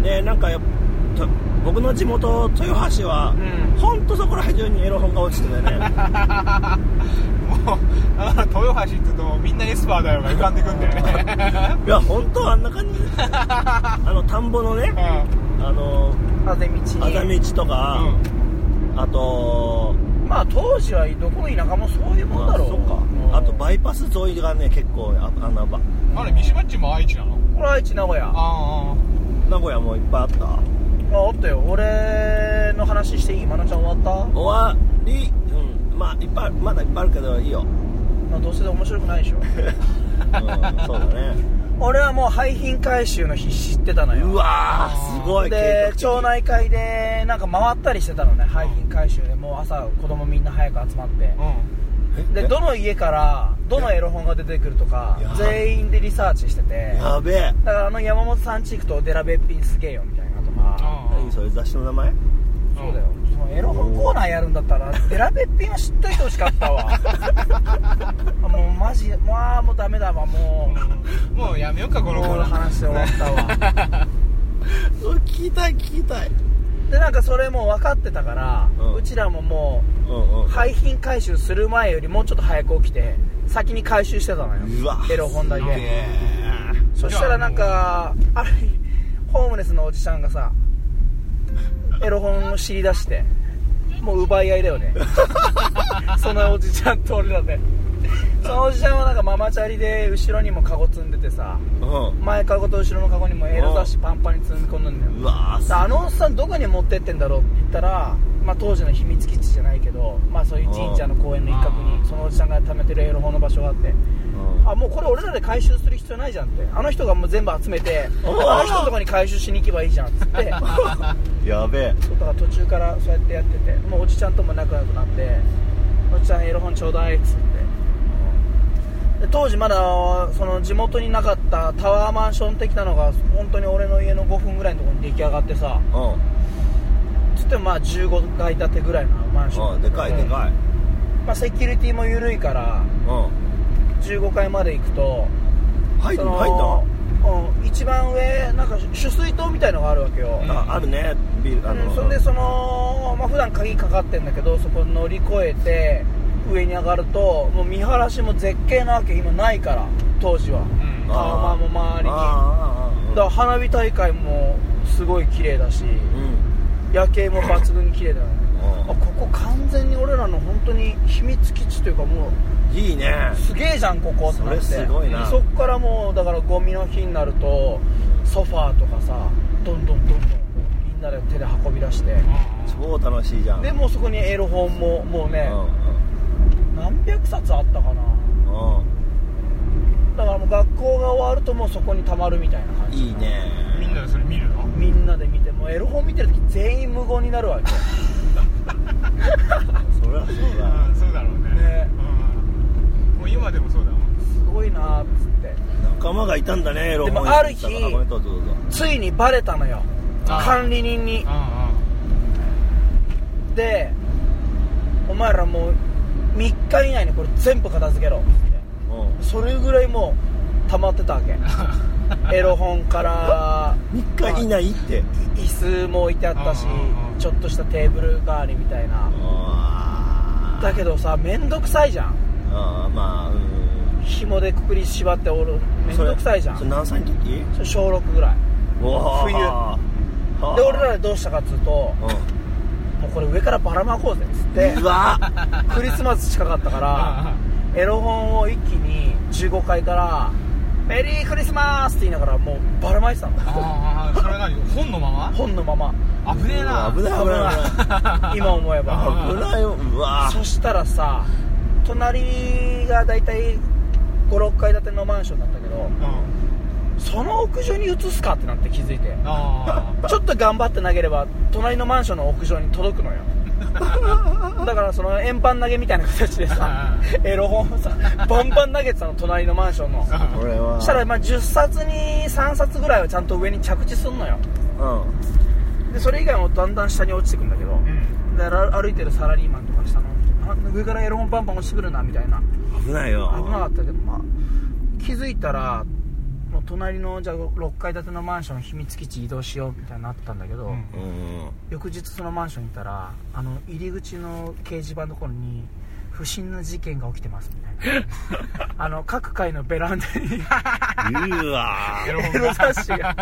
[SPEAKER 1] んなでなんかやっぱと僕の地元豊橋は、
[SPEAKER 2] うん
[SPEAKER 1] ほんとそこら辺中にエロ本が落ちててね
[SPEAKER 3] もうあの豊橋って言うともうみんなエスパーだよが浮かんでくんだよね
[SPEAKER 1] いや本当はあんな感 じあの田んぼのね
[SPEAKER 3] う
[SPEAKER 1] あの
[SPEAKER 2] ーあぜ道
[SPEAKER 1] あざ
[SPEAKER 2] に
[SPEAKER 1] 道とか、
[SPEAKER 3] んうん
[SPEAKER 1] あと
[SPEAKER 2] まあ当時はどこの田舎もそういうもんだろう
[SPEAKER 1] そっかあとバイパス沿いがね結構あ穴場
[SPEAKER 3] あれ三島っちも愛知なの
[SPEAKER 2] これ愛知名古屋あ
[SPEAKER 3] あ
[SPEAKER 1] 名古屋もいっぱいあった
[SPEAKER 2] あったよ俺の話していいまなちゃん終わった、
[SPEAKER 1] 終わりうんまあいっぱいあるまだいっぱいあるけど いいよ、うん、
[SPEAKER 2] まあ、どうせで面白くないで しょ
[SPEAKER 1] そうだね
[SPEAKER 2] 俺はもう廃品回収の必死ってたのよ
[SPEAKER 1] うわーすごい
[SPEAKER 2] で
[SPEAKER 1] 計
[SPEAKER 2] 町
[SPEAKER 1] 画的
[SPEAKER 2] 内会でなんか回ったりしてたのね廃品回収でもう朝子供みんな早く集まって
[SPEAKER 3] あ
[SPEAKER 1] え
[SPEAKER 2] でどの家からどのエロ本が出てくるとか
[SPEAKER 1] や
[SPEAKER 2] 全員でリサーチしてて
[SPEAKER 1] やべえ
[SPEAKER 2] だからあの山本さんち行くとデラべっぴんすげえよみたいなとか
[SPEAKER 3] あ
[SPEAKER 1] 何それ雑誌の名前
[SPEAKER 2] そうだよそのエロ本コーナーやるんだったらデラべっぴんは知っといてほしかったわあもうマジもうあーもうダメだわも
[SPEAKER 3] もうやめようか
[SPEAKER 2] う
[SPEAKER 3] この
[SPEAKER 2] も
[SPEAKER 3] コ
[SPEAKER 2] う
[SPEAKER 3] ーナー
[SPEAKER 2] 話終わったわ
[SPEAKER 1] うん聞きたい聞きたい
[SPEAKER 2] でなんかそれも分かってたから、
[SPEAKER 1] う
[SPEAKER 2] うんちらもも
[SPEAKER 1] うんう
[SPEAKER 2] うん廃品回収する前よりもうちょっと早く起きて先に回収してたのよ
[SPEAKER 1] うわ
[SPEAKER 2] エロ本だ
[SPEAKER 1] すげ
[SPEAKER 2] け
[SPEAKER 1] え
[SPEAKER 2] そしたらなんかある日ホームレスのおじさんがさエロ本を知り出してもう奪い合いだ よねそのおじちゃんと俺らでそのおじちゃんはなんかママチャリで後ろにもカゴ積んでてさ
[SPEAKER 1] うん
[SPEAKER 2] 前カゴと後ろのカゴにもエロ雑誌パンパンに積み込んだんだよ
[SPEAKER 1] うわーす
[SPEAKER 2] あのおっさんどこに持ってってんだろうって言ったら、まあ、当時の秘密基地じゃないけど、まあ、そういう神社の公園の一角
[SPEAKER 3] あー
[SPEAKER 2] にそのおじさんが貯めてるエロ本の場所があってあもうこれ俺らで回収する必要ないじゃんってあの人がもう全部集めてあ
[SPEAKER 1] おー
[SPEAKER 2] の人のとこに回収しに行けばいいじゃんっつって
[SPEAKER 1] うんやべえ
[SPEAKER 2] そうだから途中からそうやってやっててもうおじちゃんとも仲良くなって「おじちゃんエロ本ちょうだい」っつってで当時まだその地元になかったタワーマンション的なのが本当に俺の家の5分ぐらいのところに出来上がってさ
[SPEAKER 1] う
[SPEAKER 2] つってもまあ15階建てぐらいのマンシ
[SPEAKER 1] ん
[SPEAKER 2] ョ
[SPEAKER 1] う
[SPEAKER 2] ン
[SPEAKER 1] んでかいで
[SPEAKER 2] い、
[SPEAKER 1] かい
[SPEAKER 2] まあ、セキュリティも緩いから
[SPEAKER 1] うん
[SPEAKER 2] 15階まで行くと
[SPEAKER 1] 入る
[SPEAKER 2] その
[SPEAKER 1] 入
[SPEAKER 2] うん一番上なんか取水塔みたいのがあるわけよ、
[SPEAKER 1] ああるねビルあの、
[SPEAKER 2] うんそんでその、まあ、普段鍵かかってんだけどそこ乗り越えて上に上がるともう見晴らしも絶景なわけ今ないから当時は
[SPEAKER 3] うん
[SPEAKER 1] あ
[SPEAKER 2] あ
[SPEAKER 1] ー
[SPEAKER 2] まあまあ周りに
[SPEAKER 1] あーあーあー
[SPEAKER 2] だから花火大会もすごい綺麗だし
[SPEAKER 1] うん
[SPEAKER 2] 夜景も抜群に綺麗だよねあ
[SPEAKER 1] あ
[SPEAKER 2] ここ完全に俺らの本当に秘密基地というかもう
[SPEAKER 1] いいね
[SPEAKER 2] すげえじゃんここってなって
[SPEAKER 1] それすごいな
[SPEAKER 2] そっからもうだからゴミの日になるとソファーとかさどんどんどんどんみんなで手で運び出して
[SPEAKER 1] 超楽しいじゃん
[SPEAKER 2] でもうそこにエロ本ももう
[SPEAKER 1] う
[SPEAKER 2] ね
[SPEAKER 1] ん
[SPEAKER 2] 何百冊あったかな
[SPEAKER 1] うん
[SPEAKER 2] だからもう学校が終わるともうそこにたまるみたいな感じ
[SPEAKER 1] いいね
[SPEAKER 3] みんなでそれ見るの
[SPEAKER 2] みんなで見てもうエロ本見てる時全員無言になる わけ
[SPEAKER 1] そりゃそう
[SPEAKER 3] うんそうだろうね
[SPEAKER 2] ね
[SPEAKER 3] うんもう今でもそうだもん
[SPEAKER 2] すごいなーっつって
[SPEAKER 1] だ仲間がいたんだねロ
[SPEAKER 2] でも
[SPEAKER 1] マン
[SPEAKER 2] ある日
[SPEAKER 1] だからごめんどうぞどうぞ
[SPEAKER 2] ついにバレたのよ
[SPEAKER 3] あー
[SPEAKER 2] 管理人に
[SPEAKER 3] う
[SPEAKER 2] でお前らもう3日以内にこれ全部片付けろっつっ
[SPEAKER 1] うん
[SPEAKER 2] てそれぐらいもう溜まってたわけエロ本から
[SPEAKER 1] 3日以内って
[SPEAKER 2] 椅子も置いてあったし
[SPEAKER 3] うんうんうん
[SPEAKER 2] ちょっとしたテーブル代わりみたいな
[SPEAKER 1] あ
[SPEAKER 2] だけどさ面倒くさいじゃん
[SPEAKER 1] ーあーまあうん
[SPEAKER 2] 紐でくくり縛っておる面倒くさいじゃ
[SPEAKER 1] それそれ
[SPEAKER 2] ん
[SPEAKER 1] 何歳の時
[SPEAKER 2] それ小6ぐらい
[SPEAKER 1] おー
[SPEAKER 2] 冬
[SPEAKER 1] はあ
[SPEAKER 2] で俺らでどうしたかっつうともうこれ上からばらまこうぜっつって
[SPEAKER 1] うんうわ
[SPEAKER 2] クリスマス近かったからエロ本を一気に15階から「メリークリスマス!」って言いながらもうばらまいてたの
[SPEAKER 3] ああそれ何本のま
[SPEAKER 2] 本のまま
[SPEAKER 3] ま危ねえな
[SPEAKER 1] 危ない危ない危ない
[SPEAKER 2] 今思えば
[SPEAKER 1] 危ないようわ
[SPEAKER 2] そしたらさ隣が大体56階建てのマンションだったけど
[SPEAKER 3] うん
[SPEAKER 2] その屋上に移すかってなって気づいて
[SPEAKER 3] あ
[SPEAKER 2] ちょっと頑張って投げれば隣のマンションの屋上に届く のよだからその円盤投げみたいな形でさエロ本をさバンバン投げてたの隣のマンションの
[SPEAKER 3] あ
[SPEAKER 1] これは
[SPEAKER 2] そしたらまあ10冊に3冊ぐらいはちゃんと上に着地すんのよ
[SPEAKER 1] う
[SPEAKER 2] でそれ以外もだんだん下に落ちてくんだけど、
[SPEAKER 3] ん
[SPEAKER 2] だから歩いてるサラリーマンとか下のあ上からエロ本パンパン落ちてくるなみたいなん
[SPEAKER 1] 危ないよ
[SPEAKER 2] 危なかったけどまあ気づいたらもう隣のじゃあ6階建てのマンション秘密基地移動しようみたいになったんだけど、
[SPEAKER 3] うん
[SPEAKER 1] うん
[SPEAKER 2] 翌日そのマンションにいたらあの入り口の掲示板のところに不審な事件が起きてますみたい なあの各階のベランダに
[SPEAKER 1] うわ
[SPEAKER 3] エロ
[SPEAKER 2] エロ雑誌 が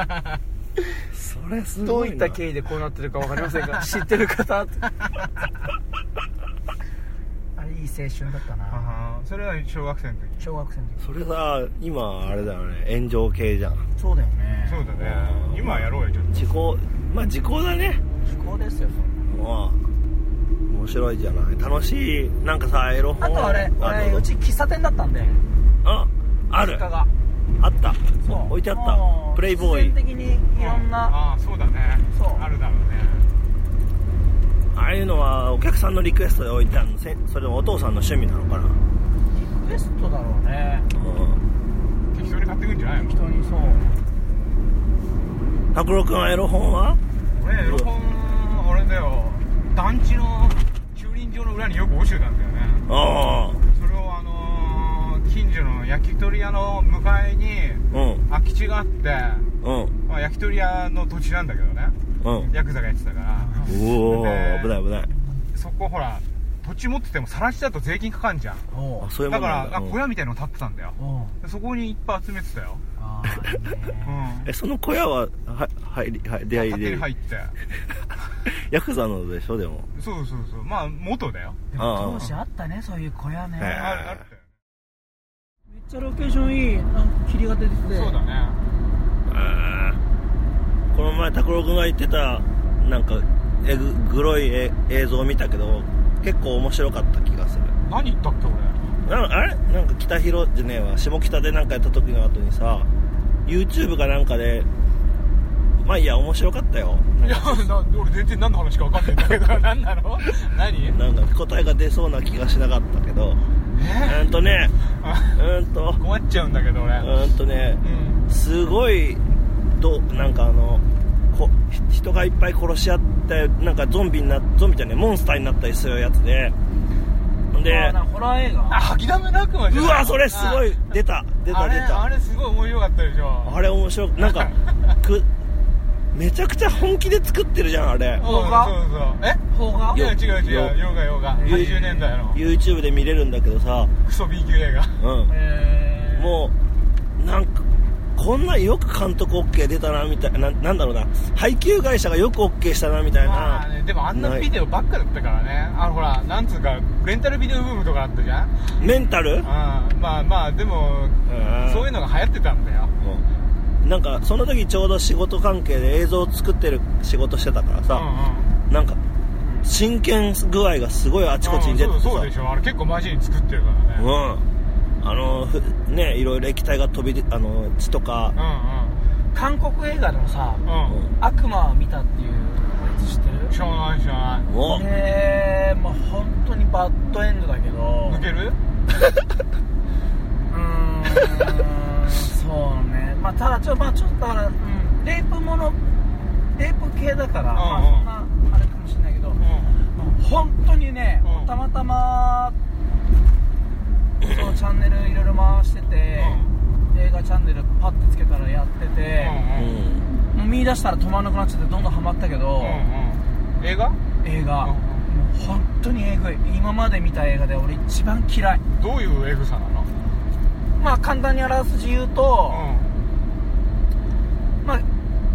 [SPEAKER 1] それす
[SPEAKER 2] ど
[SPEAKER 1] ご
[SPEAKER 2] う
[SPEAKER 1] い
[SPEAKER 2] いっ
[SPEAKER 1] な
[SPEAKER 2] た経緯でこうなってるか分かりませんが知ってる 方ってあれいい青春だったな
[SPEAKER 3] あそれは小学生の時
[SPEAKER 2] 小学生の時
[SPEAKER 1] それさ今あれだよね炎上系じゃん
[SPEAKER 2] そうだよね
[SPEAKER 3] そうだね今やろうよちょっと
[SPEAKER 1] 時効まあ時効だね
[SPEAKER 2] 気候ですよそんな
[SPEAKER 1] まあ面白いじゃない楽しいなんかさエロ
[SPEAKER 2] あ
[SPEAKER 1] 本
[SPEAKER 2] とあれ俺
[SPEAKER 1] ど
[SPEAKER 2] う
[SPEAKER 1] うぞ
[SPEAKER 2] ち喫茶店だったんで
[SPEAKER 1] あある
[SPEAKER 2] 実家が
[SPEAKER 1] あった
[SPEAKER 2] そう
[SPEAKER 1] 置いてあっ
[SPEAKER 2] も
[SPEAKER 1] た
[SPEAKER 2] う
[SPEAKER 1] プレイボー
[SPEAKER 2] 必
[SPEAKER 1] イ
[SPEAKER 2] 然的にいろんな
[SPEAKER 3] ああそうだね
[SPEAKER 2] そう
[SPEAKER 3] あるだろうね
[SPEAKER 1] ああいうのはお客さんのリクエストで置いてあるのせそれお父さんの趣味なのかな
[SPEAKER 2] リクエストだろうね
[SPEAKER 1] うん
[SPEAKER 3] 適当に買ってくんじゃないの
[SPEAKER 2] 人にそう
[SPEAKER 1] 拓郎君はエロ本は
[SPEAKER 3] 俺エロ本あれだよ団地の駐輪場の裏によく落ちてたんだよね
[SPEAKER 1] あ
[SPEAKER 3] それをあのー近所の焼き鳥屋の向かいに
[SPEAKER 1] あうん
[SPEAKER 3] 空き地があって、
[SPEAKER 1] うん
[SPEAKER 3] まあ、焼き鳥屋の土地なんだけどね
[SPEAKER 1] うん
[SPEAKER 3] ヤクザがやってたから
[SPEAKER 1] おお
[SPEAKER 3] で
[SPEAKER 1] 危ない危ない
[SPEAKER 3] そこほら土地持っててもさら地だと税金かかんじゃん
[SPEAKER 2] お
[SPEAKER 1] あそういう
[SPEAKER 3] だ
[SPEAKER 1] もん
[SPEAKER 3] か
[SPEAKER 1] なん
[SPEAKER 3] ら
[SPEAKER 1] だ
[SPEAKER 3] あ
[SPEAKER 1] うん
[SPEAKER 3] 小屋みたいの建ってたんだよ
[SPEAKER 2] おう
[SPEAKER 3] でそこにいっぱい集めてたよ、
[SPEAKER 2] あーいいね
[SPEAKER 3] うん、
[SPEAKER 1] えその小屋はは入りは出会い
[SPEAKER 3] 勝手に
[SPEAKER 1] で
[SPEAKER 3] 入って
[SPEAKER 1] ヤクザのでしょでも
[SPEAKER 3] そうそうそうまあ元だよ
[SPEAKER 2] で
[SPEAKER 1] ああ
[SPEAKER 2] も当時あったねそういう小屋ね
[SPEAKER 1] ええ
[SPEAKER 3] ああるって
[SPEAKER 2] めっちゃロケーションいいなんか霧が出てて
[SPEAKER 3] そうだね
[SPEAKER 1] あーこの前拓郎君が言ってたなんかえぐグロいえ映像を見たけど結構面白かった気がする
[SPEAKER 3] 何言ったっけ俺
[SPEAKER 1] なあれなんか北広じゃねえわ下北でなんかやった時の後にさ YouTube かなんかでまあいいや面白かったよ
[SPEAKER 3] いや な俺全然何の話か分かんないんだけど 何なの何
[SPEAKER 1] なんか答えが出そうな気がしなかったけどうーんとねう
[SPEAKER 3] あ
[SPEAKER 1] ーんと
[SPEAKER 3] 困っちゃうんだけど俺
[SPEAKER 1] うーんとね
[SPEAKER 3] うん
[SPEAKER 1] すごいどなんかあのこ人がいっぱい殺し合ってなんかゾンビになゾンビじゃねえモンスターになったりするやつでで
[SPEAKER 2] あホラー映画
[SPEAKER 3] あ吐きだめの悪魔じゃ
[SPEAKER 1] う
[SPEAKER 3] ない
[SPEAKER 1] わそれすごい出た出
[SPEAKER 3] あ
[SPEAKER 1] た
[SPEAKER 3] れ
[SPEAKER 1] 出た
[SPEAKER 3] あ
[SPEAKER 1] あれ
[SPEAKER 3] れすごい面白かったでしょ
[SPEAKER 1] 面白いなん かくめちゃくちゃ本気で作ってるじゃんあれ
[SPEAKER 3] そうそうそうえ
[SPEAKER 2] 邦画
[SPEAKER 3] いや違う
[SPEAKER 1] よ
[SPEAKER 3] 違う洋画洋画
[SPEAKER 1] ゆ
[SPEAKER 3] 80年代の
[SPEAKER 1] YouTube で見れるんだけどさ
[SPEAKER 3] クソ B 級映画
[SPEAKER 1] うん
[SPEAKER 2] えー
[SPEAKER 1] もうなんかこんなよく監督 OK 出たなみたいななんだろうな配給会社がよく OK したなみたい
[SPEAKER 3] ま
[SPEAKER 1] な
[SPEAKER 3] あ、ね、でもあんな
[SPEAKER 1] ない
[SPEAKER 3] ビデオばっかだったからねあのほらなんつうかレンタルビデオブームとかあったじゃん
[SPEAKER 1] メンタル
[SPEAKER 3] あまあまあでも
[SPEAKER 1] うん
[SPEAKER 3] そういうのが流行ってたんだよ
[SPEAKER 1] うんなんかその時ちょうど仕事関係で映像を作ってる仕事してたから
[SPEAKER 3] う
[SPEAKER 1] さ、
[SPEAKER 3] ん
[SPEAKER 1] なんか真剣具合がすごいあちこちに出て
[SPEAKER 3] うん
[SPEAKER 1] てさ、
[SPEAKER 3] そうそうでしょあれ結構マジに作ってるからね
[SPEAKER 1] うんあのふねいろいろ液体が飛び出あの血とか、
[SPEAKER 3] う
[SPEAKER 2] 韓国映画でもさ
[SPEAKER 3] んうんうん
[SPEAKER 1] う
[SPEAKER 2] 「悪魔を見た」っていうやつ知ってる
[SPEAKER 3] 知らない知らない
[SPEAKER 1] んお
[SPEAKER 2] えー、まあ本当にバッドエンドだけど
[SPEAKER 3] 抜ける
[SPEAKER 2] うーんそうね まあただちょ,、まあ、ちょっとだから、うん、レイプものレイプ系だから、まあ
[SPEAKER 3] うんう
[SPEAKER 2] そ
[SPEAKER 3] ん
[SPEAKER 2] んなあれかもしれないけど、
[SPEAKER 3] うん
[SPEAKER 2] まあ本当にね、
[SPEAKER 3] うん
[SPEAKER 2] たまたまそのチャンネルいろいろ回してて、映画チャンネルパッてつけたらやってて、
[SPEAKER 1] う
[SPEAKER 3] うんうん
[SPEAKER 1] ん
[SPEAKER 2] もう見出したら止まんなくなっちゃってどんどんハマったけど、
[SPEAKER 3] うん映画
[SPEAKER 2] 映画、
[SPEAKER 3] うんうん
[SPEAKER 2] もう本当にえぐい今まで見た映画で俺一番嫌い
[SPEAKER 3] どういうエグさなの
[SPEAKER 2] まあ簡単に表す言うと、
[SPEAKER 3] う
[SPEAKER 2] まあ、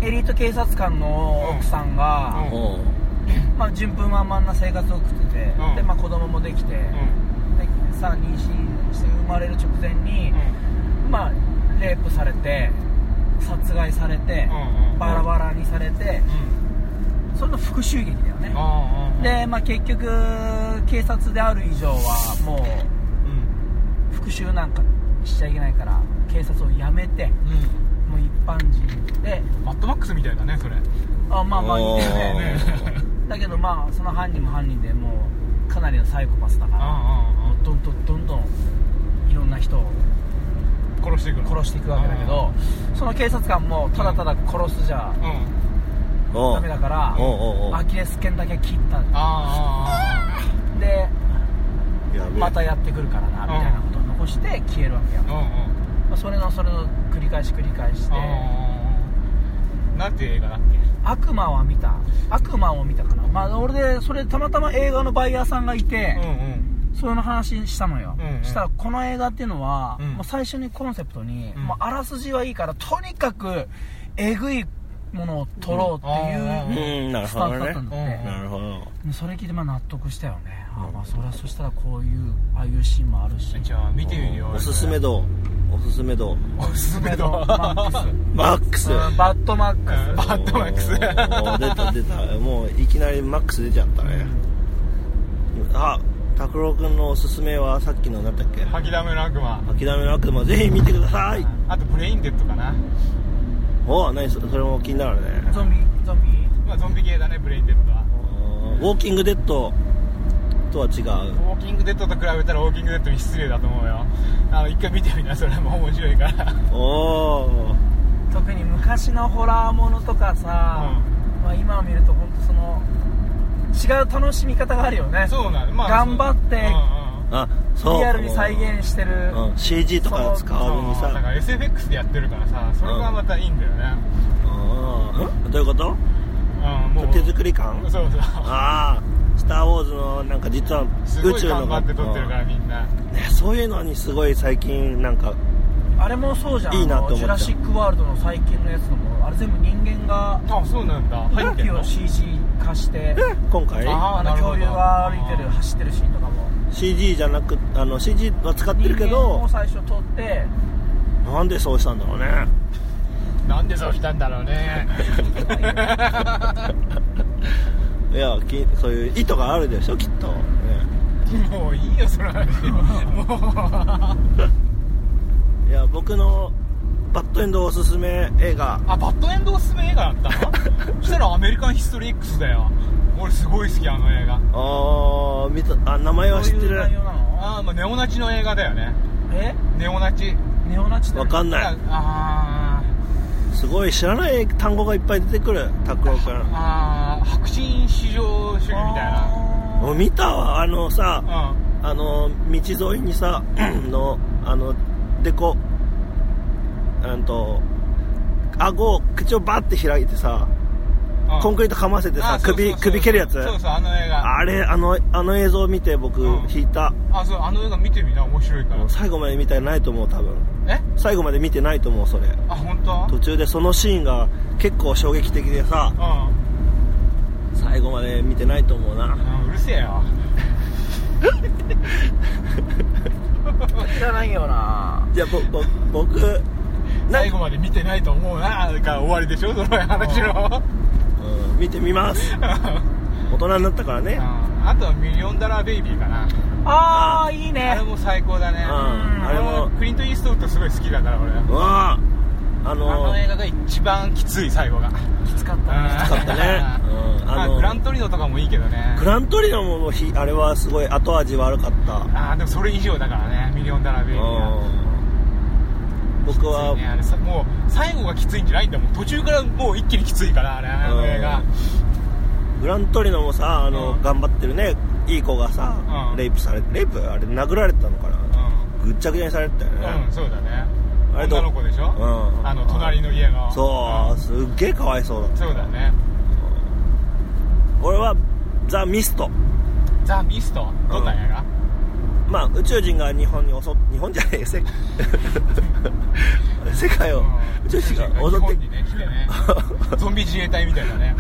[SPEAKER 2] エリート警察官の奥さんが、
[SPEAKER 3] うん
[SPEAKER 1] おう
[SPEAKER 2] まあ、順風満々な生活を送ってて、
[SPEAKER 3] うん
[SPEAKER 2] でまあ、子供もできて、
[SPEAKER 3] んうん
[SPEAKER 2] でさあ妊娠して生まれる直前に、まあ、レイプされて殺害されて、
[SPEAKER 3] うんうん
[SPEAKER 2] バラバラにされて
[SPEAKER 3] うん
[SPEAKER 2] その復讐劇だよね、
[SPEAKER 3] ああ
[SPEAKER 2] で、まあ、結局警察である以上はも
[SPEAKER 3] うん
[SPEAKER 2] う復讐なんかしちゃいけないから警察を辞めて
[SPEAKER 3] うん
[SPEAKER 2] もう一般人で
[SPEAKER 3] マッドマックスみたいだねそれ
[SPEAKER 2] あまあまあいいよ
[SPEAKER 1] お
[SPEAKER 2] ねだけどまあその犯人も犯人でもうかなりのサイコパスだか
[SPEAKER 3] あ
[SPEAKER 2] らもうどんどんどんどんいろんな人を
[SPEAKER 3] 殺していくの
[SPEAKER 2] 殺していくわけだけどその警察官もただただ殺すじゃ
[SPEAKER 3] うんあ
[SPEAKER 1] おう
[SPEAKER 2] ダメだから
[SPEAKER 1] おうおうおう
[SPEAKER 2] アキレス腱だけ切った
[SPEAKER 3] あ
[SPEAKER 2] で
[SPEAKER 1] やべえ
[SPEAKER 2] またやってくるからなみたいなことを残して消えるわけよ
[SPEAKER 3] あああうんうん
[SPEAKER 2] まあそれのそれの繰り返し繰り返して
[SPEAKER 3] なんていう映画だっ
[SPEAKER 2] 悪魔は見た悪魔を見たかなまあ俺でそれたまたま映画のバイヤーさんがいて
[SPEAKER 3] けうんうん
[SPEAKER 2] その話したのよ、
[SPEAKER 3] うんうん
[SPEAKER 2] したらこの映画っていうのは、
[SPEAKER 3] うん
[SPEAKER 2] もう最初にコンセプトに、
[SPEAKER 3] うん
[SPEAKER 2] もうあらすじはいいからとにかくえぐいものを撮ろうって
[SPEAKER 1] う
[SPEAKER 2] いう、
[SPEAKER 1] んなる
[SPEAKER 2] ス
[SPEAKER 1] ほ
[SPEAKER 2] タン
[SPEAKER 1] ど
[SPEAKER 2] スだったん
[SPEAKER 1] ね
[SPEAKER 2] だ
[SPEAKER 3] うん
[SPEAKER 2] っ
[SPEAKER 1] な
[SPEAKER 2] て、
[SPEAKER 1] るほど
[SPEAKER 2] もうそれ聞いてまあ納得したよね、あまあそれはそしたらこういうああいうシーンもあるし
[SPEAKER 3] じゃあ見てみるよ
[SPEAKER 1] おすすめ度おすすめ度
[SPEAKER 3] おすすめだ
[SPEAKER 2] バック
[SPEAKER 1] マックス
[SPEAKER 2] ス、うんバットマックス、
[SPEAKER 3] バッドマックス
[SPEAKER 1] おー出た出たもういきなりマックス出ちゃったねあ拓郎君のおすすめはさっきの何だっけ
[SPEAKER 3] 吐きだめの悪魔
[SPEAKER 1] 諦めの悪魔ぜひ見てください
[SPEAKER 3] あとブレインデッドかな
[SPEAKER 1] おお何そそれも気になるね
[SPEAKER 2] ゾンビゾンビ
[SPEAKER 3] まあゾンビ系だねブレインデッドは
[SPEAKER 1] おーウォーキングデッドとは違
[SPEAKER 3] ウ
[SPEAKER 1] う
[SPEAKER 3] ォーキングデッドと比べたらウォーキングデッドに失礼だと思うよあの一回見てみなそれも面白いから
[SPEAKER 1] おー
[SPEAKER 2] 特に昔のホラーものとかさ、まあ、今見ると本当その違う楽しみ方があるよね
[SPEAKER 3] そうなのまあ
[SPEAKER 2] 頑張って
[SPEAKER 3] うん
[SPEAKER 1] あそう
[SPEAKER 2] リアルに再現してる、
[SPEAKER 1] うん、CG とか使
[SPEAKER 3] う
[SPEAKER 1] わず
[SPEAKER 3] ん
[SPEAKER 1] に
[SPEAKER 3] そうだか
[SPEAKER 1] さ
[SPEAKER 3] ら SFX でやってるからさそれがまたいいんだよね
[SPEAKER 1] うんどういうこと
[SPEAKER 3] うんもう
[SPEAKER 1] 手作り感
[SPEAKER 3] そうそう
[SPEAKER 1] ああスター・ウォーズのなんか実は
[SPEAKER 3] すご
[SPEAKER 1] 宇
[SPEAKER 3] い
[SPEAKER 1] 宙の
[SPEAKER 3] 頑張って撮ってるから
[SPEAKER 1] うん
[SPEAKER 3] みんな
[SPEAKER 1] ね、そういうのにすごい最近なんか
[SPEAKER 2] あれもそうじゃん
[SPEAKER 1] いいなと思っ
[SPEAKER 2] ジ
[SPEAKER 1] た
[SPEAKER 2] ュラシック・ワールドの最近のやつのもあれ全部人間が
[SPEAKER 3] あそうなんだ入
[SPEAKER 2] 空
[SPEAKER 3] ってん
[SPEAKER 2] 気を
[SPEAKER 3] の
[SPEAKER 2] CG 化して
[SPEAKER 1] 今回
[SPEAKER 2] あ
[SPEAKER 3] あ
[SPEAKER 2] の
[SPEAKER 3] なる
[SPEAKER 2] 恐
[SPEAKER 3] ほど
[SPEAKER 2] 竜が歩いてる走ってるシーンとかも
[SPEAKER 1] CG じゃなくあの CG は使って
[SPEAKER 2] 人
[SPEAKER 1] るけ
[SPEAKER 2] 間を
[SPEAKER 1] ど
[SPEAKER 2] 最初撮って
[SPEAKER 1] なんでそうしたんだろうね
[SPEAKER 3] なんでそうしたんだろう ね
[SPEAKER 1] いやきそういう意図があるでしょきっと、ね、
[SPEAKER 3] もういいよその話もう
[SPEAKER 1] いや僕のバッドエンドおすすめ映画
[SPEAKER 3] あバッドエンドおすすめ映画 だったのそしたらアメリカンヒストリー X だよ俺すごい好きあの映画
[SPEAKER 1] あー見たあ名前
[SPEAKER 2] ど
[SPEAKER 1] は
[SPEAKER 2] う
[SPEAKER 1] 知って
[SPEAKER 2] いう内
[SPEAKER 1] る
[SPEAKER 2] 容なの
[SPEAKER 3] ああまあネオナチの映画だよね
[SPEAKER 2] え
[SPEAKER 3] ネオナチ
[SPEAKER 2] ネオナチ
[SPEAKER 1] わかんな
[SPEAKER 3] あ
[SPEAKER 1] い
[SPEAKER 3] あ
[SPEAKER 1] すごい知らない単語がいっぱい出てくる拓郎君
[SPEAKER 3] ああ白人至上主義みたいな
[SPEAKER 1] お見たわあのさ
[SPEAKER 3] うん
[SPEAKER 1] あの道沿いに さのあのでこうんと顎を口をバッて開いてさコンクリートかませてさ
[SPEAKER 3] あそうそう
[SPEAKER 1] 首
[SPEAKER 3] そう
[SPEAKER 1] 首蹴るやつ
[SPEAKER 3] そうそうあの映画
[SPEAKER 1] あれあのあの映像を見て僕
[SPEAKER 3] うん
[SPEAKER 1] 引いた、
[SPEAKER 3] あそうあの映画見てみな面白いから
[SPEAKER 1] 最後まで見たいないと思う多分
[SPEAKER 3] え
[SPEAKER 1] 最後まで見てないと思うそれ
[SPEAKER 3] あ本当
[SPEAKER 1] 途中でそのシーンが結構衝撃的でさ
[SPEAKER 3] うん
[SPEAKER 1] 最後まで見てないと思うな
[SPEAKER 3] うんうるせえよ
[SPEAKER 2] 知らないよない
[SPEAKER 1] やぼぼ僕な
[SPEAKER 3] 最後まで見てないと思うなが終わりでしょその話の
[SPEAKER 1] うん、見てみます大人になったからね
[SPEAKER 3] うんあとはミリオンダラーベイビーかな
[SPEAKER 2] ああいい
[SPEAKER 3] あ
[SPEAKER 2] ね
[SPEAKER 3] れも最高だね
[SPEAKER 1] うんあれも
[SPEAKER 3] クリント・イーストウッドすごい好きだから俺
[SPEAKER 1] うわああ
[SPEAKER 3] あ
[SPEAKER 1] の
[SPEAKER 3] の映画が一番きつい最後が
[SPEAKER 2] きつかったね
[SPEAKER 1] かったねうん
[SPEAKER 3] ま
[SPEAKER 1] あ
[SPEAKER 3] あ
[SPEAKER 1] の
[SPEAKER 3] グラントリノとかもいいけどね
[SPEAKER 1] グラントリノもひあれはすごい後味悪かった
[SPEAKER 3] ああでもそれ以上だからねミリオンダラーベイビー
[SPEAKER 1] う
[SPEAKER 3] は
[SPEAKER 1] ん僕は、
[SPEAKER 3] ねあれさもう最後がきついんじゃないんだもん途中からもう一気にきついからあれあの映画
[SPEAKER 1] グラントリノもさあの、
[SPEAKER 3] うん
[SPEAKER 1] 頑張ってるねいい子がさ、
[SPEAKER 3] うん
[SPEAKER 1] レイプされレイプあれ殴られたのかな、ぐっちゃぐちゃにされてたよ
[SPEAKER 3] う
[SPEAKER 1] ね
[SPEAKER 3] ん、うん、そうだね
[SPEAKER 1] あれどう
[SPEAKER 3] 女の子でしょ、
[SPEAKER 1] うん
[SPEAKER 3] あの隣の家の
[SPEAKER 1] そう、すっげえかわいそうだっ
[SPEAKER 3] んそうだね
[SPEAKER 1] た俺はザ・ミスト
[SPEAKER 3] ザ・ミストどんな映画、
[SPEAKER 1] まあ宇宙人が日本に襲っ日本じゃない世 世界を、
[SPEAKER 3] うん
[SPEAKER 1] 宇宙人が襲っ
[SPEAKER 3] 日
[SPEAKER 1] て
[SPEAKER 3] 本にね来てねゾンビ自衛隊みたいなね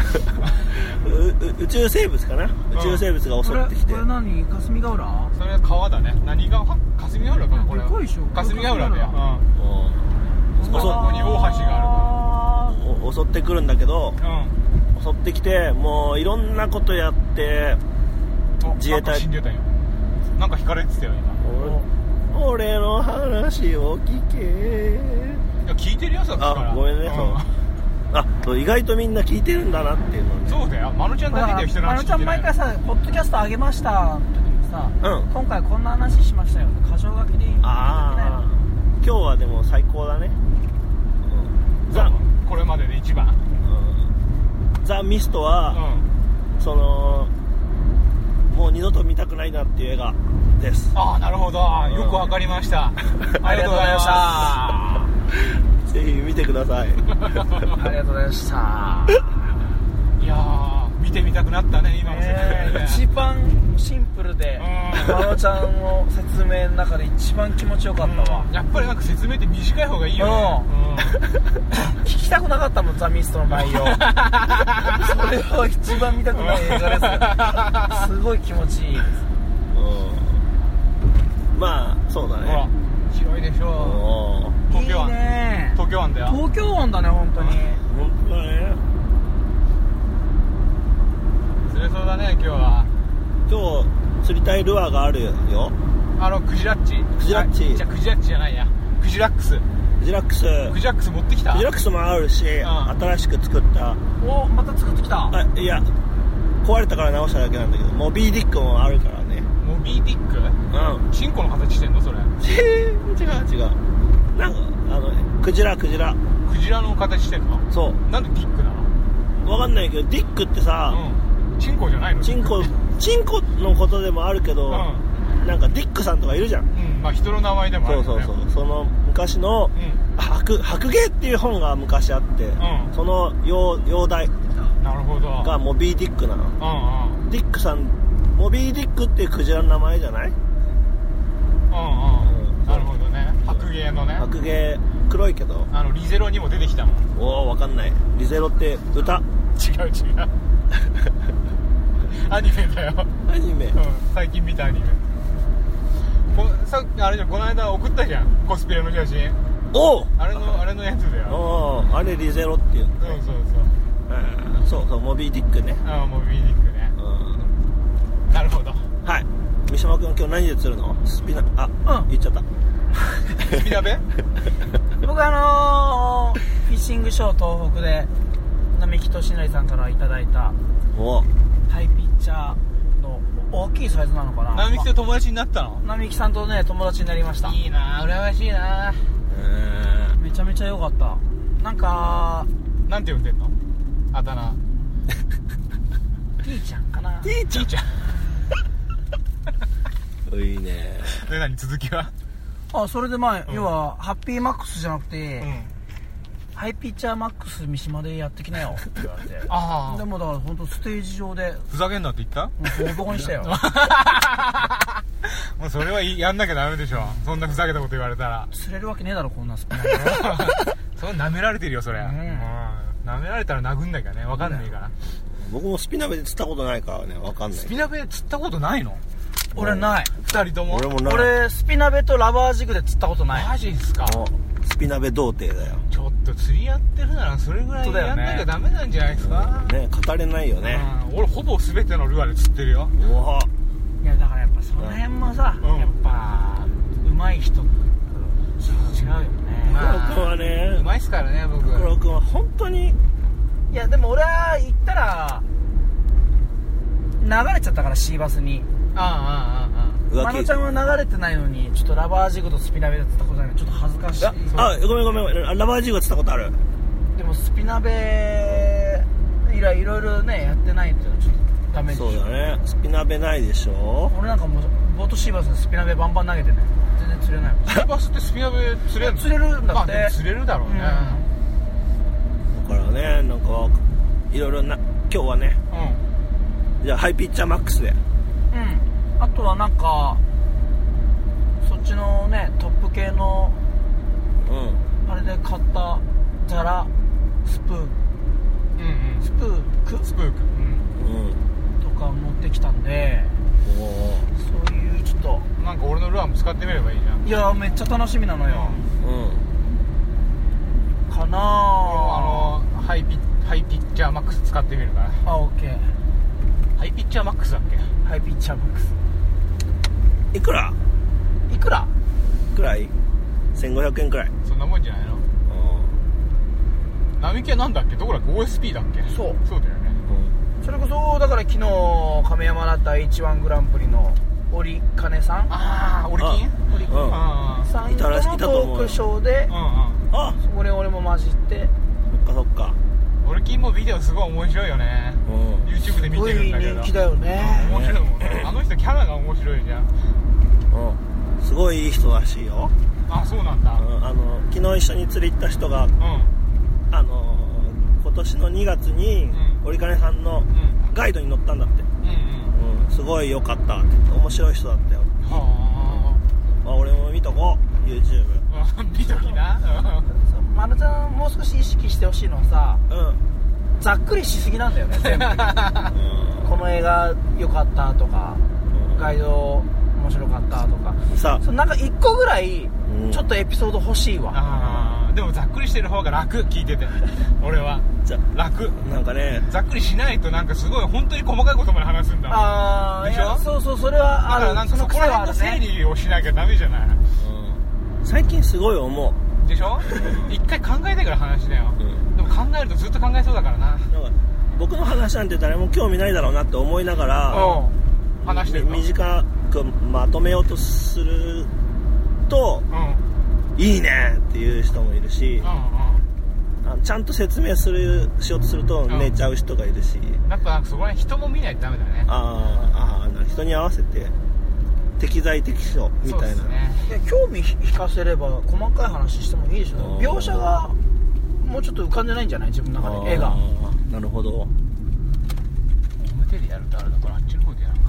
[SPEAKER 1] うう宇宙生物かな、宇宙生物が襲ってきて
[SPEAKER 2] これこれ何霞ヶ浦
[SPEAKER 3] それは川だね何川霞ヶ浦かなこれは
[SPEAKER 2] でかいでしょ
[SPEAKER 3] 霞ヶ浦だよ、
[SPEAKER 2] 霞ヶ浦
[SPEAKER 3] う
[SPEAKER 1] そうそう
[SPEAKER 3] ここに大橋が
[SPEAKER 2] ある
[SPEAKER 1] うんお襲ってくるんだけど
[SPEAKER 3] んうん
[SPEAKER 1] 襲ってきてもういろんなことやって
[SPEAKER 3] お
[SPEAKER 1] 自衛隊
[SPEAKER 3] なんか死んでたよなんか引かれてたよ今
[SPEAKER 1] 俺俺の話を聞け
[SPEAKER 3] いや聞いてるよさっきから
[SPEAKER 1] あごめんね
[SPEAKER 3] う
[SPEAKER 1] あそう意外とみんな聞いてるんだなっていうのね
[SPEAKER 3] そうだよまのちゃんだけで人の
[SPEAKER 2] あの
[SPEAKER 3] 話
[SPEAKER 2] ちゃ
[SPEAKER 3] 聞い
[SPEAKER 2] ん
[SPEAKER 3] てな
[SPEAKER 2] 毎
[SPEAKER 3] い
[SPEAKER 2] 回さポッドキャスト上げましたの時にさ、
[SPEAKER 1] うん
[SPEAKER 2] 今回こんな話しましたよ箇条書きでいい
[SPEAKER 1] ああ今日はでも最高だね、うん、ザ、
[SPEAKER 3] そうこれまでで一番
[SPEAKER 1] うんザ・ミスト
[SPEAKER 3] う
[SPEAKER 1] は、
[SPEAKER 3] ん
[SPEAKER 1] そのもう二度と見たくないなっていう映画です
[SPEAKER 3] ああなるほど
[SPEAKER 1] ん
[SPEAKER 3] よくわかりましたありがとうございまし
[SPEAKER 2] あ
[SPEAKER 3] た
[SPEAKER 1] ぜひ見てくだ さい
[SPEAKER 2] ありがとうございました
[SPEAKER 3] いやー見てみたくなったね今の説明 で、
[SPEAKER 2] 一番シンプルで
[SPEAKER 3] うん
[SPEAKER 2] まのちゃんの説明の中で一番気持ちよかったわ
[SPEAKER 3] うんやっぱりなんか説明って短い方がいいよね、
[SPEAKER 2] 聞きたくなかったもん「ザ・ミストの 内容それは一番見たくない映画ですよすごい気持ちいいです
[SPEAKER 1] うんまあそうだ
[SPEAKER 3] うんほら
[SPEAKER 1] ね
[SPEAKER 3] 広いでし
[SPEAKER 1] うん
[SPEAKER 3] ょ東
[SPEAKER 2] い
[SPEAKER 3] 京
[SPEAKER 2] い
[SPEAKER 3] 湾
[SPEAKER 2] ね
[SPEAKER 3] 東京湾だよ
[SPEAKER 2] 東京湾だね本当に
[SPEAKER 1] 本当だね
[SPEAKER 3] 釣れそうだね今日は
[SPEAKER 1] 今日釣りたいルアーがあるよ
[SPEAKER 3] あのクジラッチ
[SPEAKER 1] クジラッチ
[SPEAKER 3] あじゃあクジラッチじゃないやクジラックス
[SPEAKER 1] クジラックス
[SPEAKER 3] ク
[SPEAKER 1] ク
[SPEAKER 3] ジラックス持ってきた
[SPEAKER 1] ジラックスもあるし、
[SPEAKER 3] ん
[SPEAKER 1] 新しく作った
[SPEAKER 2] おまた作ってきた
[SPEAKER 1] あいや壊れたから直しただけなんだけどモビーディックもあるからね
[SPEAKER 3] モビーディック
[SPEAKER 1] うん
[SPEAKER 3] チンコの形してんのそれ
[SPEAKER 1] 違う違うなんかあのねクジラクジラ
[SPEAKER 3] クジラの形してんの
[SPEAKER 1] そ
[SPEAKER 3] なんでディックなの
[SPEAKER 1] うわかんないけどディックってさ、
[SPEAKER 3] うんチンコじゃないの
[SPEAKER 1] チンコチンコのことでもあるけど、
[SPEAKER 3] う
[SPEAKER 1] なんかディックさんとかいるじゃん、
[SPEAKER 3] うんまあ人の名前でもあ
[SPEAKER 1] そ
[SPEAKER 3] る
[SPEAKER 1] う
[SPEAKER 3] よ
[SPEAKER 1] そう
[SPEAKER 3] ね
[SPEAKER 1] そうその昔の
[SPEAKER 3] う
[SPEAKER 1] 白白芸っていう本が昔あって、
[SPEAKER 3] ん
[SPEAKER 1] その用用題
[SPEAKER 3] んなるほど
[SPEAKER 1] がモビーディックなの
[SPEAKER 3] うんうん
[SPEAKER 1] ディックさんモビーディックっていうクジラの名前じゃない
[SPEAKER 3] うん
[SPEAKER 1] う
[SPEAKER 3] うんんなるほどね白芸のね
[SPEAKER 1] 白芸黒いけど
[SPEAKER 3] あのリゼロにも出てきたもん
[SPEAKER 1] おおわかんないリゼロって歌
[SPEAKER 3] 違う違うアニメだよ、
[SPEAKER 1] アニメ
[SPEAKER 3] うん、最近見たアニメこさっきあれじゃんこの間送ったじゃんコスプレの写真
[SPEAKER 1] おお
[SPEAKER 3] あれのあれのやつだよ
[SPEAKER 1] おーあれリゼロっていう
[SPEAKER 3] そうそうそう
[SPEAKER 1] うんそうそうモビーディックね
[SPEAKER 3] ああもう見に行くね
[SPEAKER 1] うん
[SPEAKER 3] なるほ ど
[SPEAKER 1] はい三島君今日何で釣るのスピナあ、
[SPEAKER 2] うん
[SPEAKER 1] 言っちゃった
[SPEAKER 3] スピナベ
[SPEAKER 2] 僕あのー、フィッシングショー東北で並木俊成さんからいただいた
[SPEAKER 1] おお
[SPEAKER 2] ハイピッチャーの大きいサイズなのかな
[SPEAKER 3] 並木と友達になったの
[SPEAKER 2] 並木さんとね友達になりました
[SPEAKER 3] いなあ羨ましいな
[SPEAKER 2] めちゃめちゃ良かったなんか
[SPEAKER 3] なんて呼んでんのあだ名
[SPEAKER 2] T ちゃんかな
[SPEAKER 3] ーちゃん
[SPEAKER 1] いいね
[SPEAKER 3] で何続きは
[SPEAKER 2] あそれでまあ、
[SPEAKER 3] ん
[SPEAKER 2] 要はハッピーマックスじゃなくて、
[SPEAKER 3] うん
[SPEAKER 2] ハイピーチャーマックス三島でやってきな よって言われて
[SPEAKER 3] あ
[SPEAKER 2] でもだから本当ステージ上で
[SPEAKER 3] ふざけんなって言った
[SPEAKER 2] もうボコボコにした よ
[SPEAKER 3] もうそれはいやんなきゃダメでしょそんなふざけたこと言われたら
[SPEAKER 2] 釣れるわけねえだろこんなスピナ
[SPEAKER 3] それ舐められてるよそれ、
[SPEAKER 2] う
[SPEAKER 3] うんん、舐められたら殴んなきゃねわかんないから、
[SPEAKER 1] 僕もスピナベで釣ったことないからねわかんない
[SPEAKER 3] スピナベ釣ったことないの
[SPEAKER 2] 俺ない
[SPEAKER 3] 二人とも
[SPEAKER 1] 俺もない
[SPEAKER 2] 俺スピナベとラバージグで釣ったことない
[SPEAKER 3] マジっすか
[SPEAKER 1] もうスピナベ童貞だよ
[SPEAKER 3] ちょっと釣りやってるならそれぐらい
[SPEAKER 2] 本当だ
[SPEAKER 3] や
[SPEAKER 2] よ
[SPEAKER 3] ん
[SPEAKER 2] ね
[SPEAKER 3] なきゃダメなんじゃないですか、
[SPEAKER 1] ね語れないよね
[SPEAKER 3] うん、俺ほぼ全てのルアーで釣ってるよ
[SPEAKER 1] うわ
[SPEAKER 2] いやだからやっぱその辺もさ、
[SPEAKER 3] うん
[SPEAKER 2] やっぱ上手い人と違うよね、
[SPEAKER 3] まあ
[SPEAKER 1] 黒君は
[SPEAKER 3] う
[SPEAKER 1] ね
[SPEAKER 3] まいっすからね僕
[SPEAKER 1] 黒君は本当に
[SPEAKER 2] いやでも俺は行ったら流れちゃったからシーバスに
[SPEAKER 3] あ
[SPEAKER 2] ま
[SPEAKER 1] 浮
[SPEAKER 2] の
[SPEAKER 1] 気
[SPEAKER 2] ちゃんは流れてないのにちょっとラバージグとスピナベで釣ったことないのちょっと恥ずかしい
[SPEAKER 1] ああごめんごめんララバージーが釣ったことある
[SPEAKER 2] でもスピナベ以来いろいろねやってないっていうのはちょっとダメでしょ
[SPEAKER 1] そうだねスピナベないでしょ
[SPEAKER 2] 俺なんかもうボートシーバスでスピナベバンバン投げてね全然釣れないもん
[SPEAKER 3] あああシーバスってスピナベ釣れるの
[SPEAKER 2] 釣れるんだ
[SPEAKER 3] ま
[SPEAKER 2] っ
[SPEAKER 3] あ
[SPEAKER 2] て、
[SPEAKER 3] でも釣れるだろうね
[SPEAKER 1] だからねなんかいろいろな今日はね
[SPEAKER 3] うん、
[SPEAKER 1] じゃあハイピッチャーマックスで
[SPEAKER 2] うん、うん、あとはなんかそっちのねトップ系の
[SPEAKER 1] う
[SPEAKER 2] あれで買ったザラスプーン
[SPEAKER 3] うんうん
[SPEAKER 2] スプーク
[SPEAKER 3] スプーク、うん
[SPEAKER 1] うん
[SPEAKER 2] とか持ってきたんで
[SPEAKER 1] おお
[SPEAKER 2] そういうちょっと
[SPEAKER 3] ん、なんか俺のルアーも使ってみればいいじゃん
[SPEAKER 2] いやめっちゃ楽しみなのよ
[SPEAKER 1] うん
[SPEAKER 2] かなあ
[SPEAKER 3] あのハイピハイピッチャーマックス使ってみるから
[SPEAKER 2] あオッケー
[SPEAKER 3] ハイピッチャーマックスだっけ
[SPEAKER 2] ハイピッチャーボックス
[SPEAKER 1] いくら
[SPEAKER 2] いくら
[SPEAKER 1] くらい1500円くらい
[SPEAKER 3] そんなもんじゃないの並木はなんだっけどこだっけ OSP だっけ
[SPEAKER 2] そう
[SPEAKER 3] そうだよね
[SPEAKER 2] それこそだから昨日亀山だった H1 グランプリの織金さん
[SPEAKER 3] ああ俺金
[SPEAKER 2] オリ
[SPEAKER 1] うんうん
[SPEAKER 3] あ
[SPEAKER 2] さん
[SPEAKER 1] いた
[SPEAKER 2] と
[SPEAKER 1] ら
[SPEAKER 2] の
[SPEAKER 1] しいたと思
[SPEAKER 2] ト
[SPEAKER 1] う
[SPEAKER 2] ークショーで
[SPEAKER 3] あうん
[SPEAKER 1] あ
[SPEAKER 2] そこに俺も混じって
[SPEAKER 1] そっかそっか
[SPEAKER 3] うん俺金もビデオすごい面白いよね
[SPEAKER 1] うん
[SPEAKER 3] YouTube です見
[SPEAKER 2] ご
[SPEAKER 3] て
[SPEAKER 2] い
[SPEAKER 3] るんだけど
[SPEAKER 2] 人気だよね
[SPEAKER 3] 面白いもんねあの人キャラが面白いじゃん
[SPEAKER 1] うんすごいいい人らしいよ、
[SPEAKER 3] あそうなんだ
[SPEAKER 1] う
[SPEAKER 3] うん
[SPEAKER 1] ん、あの昨日一緒に釣り行った人があの今年の2月に
[SPEAKER 3] うん
[SPEAKER 1] 折金さんの
[SPEAKER 3] うん
[SPEAKER 1] ガイドに乗ったんだって、
[SPEAKER 3] うんうん
[SPEAKER 1] うん、すごい良かったって面白い人だったよ
[SPEAKER 3] は
[SPEAKER 1] あ俺も見とこ YouTube
[SPEAKER 3] あ見ときな
[SPEAKER 2] そうまなちゃんもう少し意識してほしいのはさ
[SPEAKER 1] うん、うん、
[SPEAKER 2] ざっくりしすぎなんだよね全 部この映画良かったとかガイド面白かったとか
[SPEAKER 1] さ
[SPEAKER 2] そうなんか一個ぐらい
[SPEAKER 1] うん
[SPEAKER 2] ちょっとエピソード欲しいわ、
[SPEAKER 3] ああでもざっくりしてる方が楽聞いてて俺は
[SPEAKER 1] じゃ
[SPEAKER 3] 楽
[SPEAKER 1] なんかね
[SPEAKER 3] ざっくりしないとなんかすごい本当に細かいことまで話すんだもん
[SPEAKER 2] ああ
[SPEAKER 3] でしょ
[SPEAKER 2] いやそうそうそれは
[SPEAKER 3] だ
[SPEAKER 2] あ
[SPEAKER 3] から
[SPEAKER 2] る
[SPEAKER 3] なんか
[SPEAKER 2] その
[SPEAKER 3] そこ
[SPEAKER 2] 癖
[SPEAKER 3] ら
[SPEAKER 2] はあ
[SPEAKER 3] 辺の
[SPEAKER 2] るね
[SPEAKER 3] 整理をしなきゃダメじゃない
[SPEAKER 1] 最近すごい思
[SPEAKER 3] でしょ一回考えてから話しなよ
[SPEAKER 1] う、うん、
[SPEAKER 3] でも考えるとずっと考えそうだからな
[SPEAKER 1] なんか僕の話なんて誰も興味ないだろうなって思いながら
[SPEAKER 3] うん話してると
[SPEAKER 1] み短くまとめようとすると
[SPEAKER 3] うんうん
[SPEAKER 1] いいねっていう人もいるし
[SPEAKER 3] う
[SPEAKER 1] あのちゃんと説明するしようとすると
[SPEAKER 3] ん
[SPEAKER 1] 寝ちゃう人がいるし、
[SPEAKER 3] んやっぱそこら辺人も見ないとダメだね
[SPEAKER 1] あーあーな人に合わせて適材適所みたいな
[SPEAKER 3] そうっすね
[SPEAKER 2] いや興味引かせれば細かい話してもいいでしょ
[SPEAKER 1] うん
[SPEAKER 2] 描写がもうちょっと浮かんでないんじゃない自分の中で絵が
[SPEAKER 1] あーなるほど
[SPEAKER 3] 表でやるとあれだからあっちの方でやるか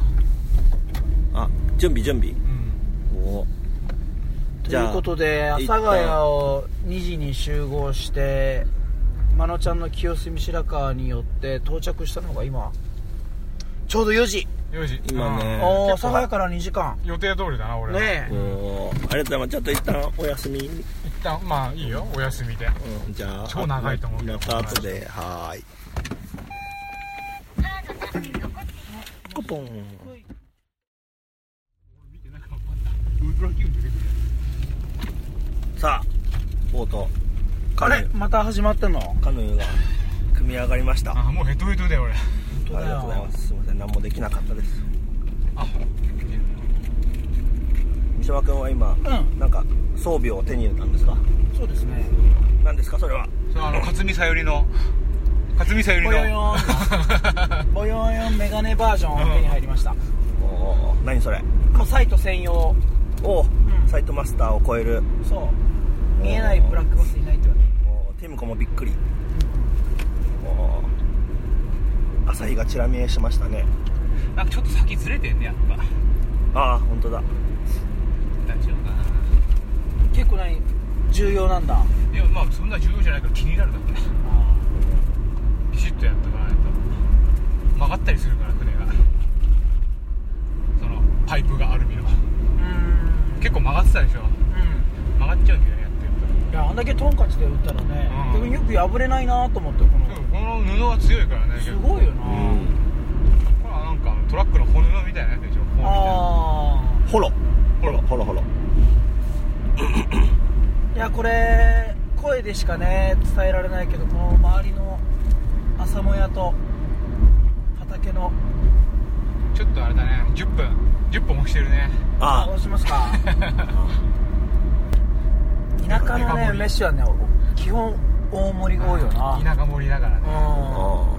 [SPEAKER 1] あ準備準備
[SPEAKER 3] うん
[SPEAKER 1] お
[SPEAKER 2] ということで阿佐ヶ谷を2時に集合してまのちゃんの清澄白河によって到着したのが今ちょうど4時
[SPEAKER 3] 4時
[SPEAKER 1] 今ね
[SPEAKER 3] うん
[SPEAKER 1] あ
[SPEAKER 2] おー阿佐
[SPEAKER 3] 結構
[SPEAKER 2] ヶ谷から2時間
[SPEAKER 3] 予定通りだな俺は
[SPEAKER 2] ねえ
[SPEAKER 1] おありがとうございますちょっと一旦お休み、う
[SPEAKER 3] 一旦まあいいよお休みで
[SPEAKER 1] ん、じゃあ
[SPEAKER 3] 超長いと思うけど
[SPEAKER 1] また後ではーいコポンさあボートカ
[SPEAKER 2] あ
[SPEAKER 1] ヌ
[SPEAKER 2] れ
[SPEAKER 1] ー
[SPEAKER 2] また始まってんの
[SPEAKER 1] カヌーが組み上がりましたあ
[SPEAKER 3] あもうヘトヘトだよ俺
[SPEAKER 1] りがとうございますすいません何もできなかったです
[SPEAKER 3] あ
[SPEAKER 1] 三島君は今
[SPEAKER 2] う
[SPEAKER 1] なんか装備を手に入れたんですか
[SPEAKER 2] んそうですね
[SPEAKER 1] 何ですかそれは
[SPEAKER 3] そうあの勝見さゆりの勝見さゆり
[SPEAKER 2] ボヨヨ
[SPEAKER 3] の
[SPEAKER 2] ンボヨヨンメガネバージョン手に入りました
[SPEAKER 1] おー何それ
[SPEAKER 2] もうサイト専用
[SPEAKER 1] おお、
[SPEAKER 2] ん
[SPEAKER 1] サイトマスターを超える
[SPEAKER 2] そう見えないブラックボスいないって言われて
[SPEAKER 1] おーティムコもびっくりおー朝日がちら見えしましたね
[SPEAKER 3] なんかちょっと先ずれてんねやっぱ
[SPEAKER 1] ああ本当だ
[SPEAKER 3] 大丈夫かな
[SPEAKER 2] 結構何重要なんだ
[SPEAKER 3] いやまあそんな重要じゃないから気になるだけピシッとやっとかないと曲がったりするから船がそのパイプがアルミの
[SPEAKER 2] うん
[SPEAKER 3] 結構曲がってたでしょ
[SPEAKER 2] う
[SPEAKER 3] 曲がっちゃうんだよねやってる
[SPEAKER 2] んいやあんだけトンカチで打ったらね、
[SPEAKER 3] うん
[SPEAKER 2] 逆によく破れないなと思ってこの
[SPEAKER 3] と、うん、この布は強いからね
[SPEAKER 2] すごいよな、
[SPEAKER 3] ほらなんかトラックの骨のみたいなやつでしょこうみたいな
[SPEAKER 2] あ
[SPEAKER 1] ほろほろほろほろ
[SPEAKER 2] あいやこれ声でしかね伝えられないけどこの周りの朝もやと畑の
[SPEAKER 3] ちょっとあれだね10分10分もしてるね
[SPEAKER 1] あ
[SPEAKER 2] どうします か田舎のね飯はね基本大盛りが多いよな
[SPEAKER 3] 田舎盛りだからね
[SPEAKER 1] あ
[SPEAKER 2] うん
[SPEAKER 1] あ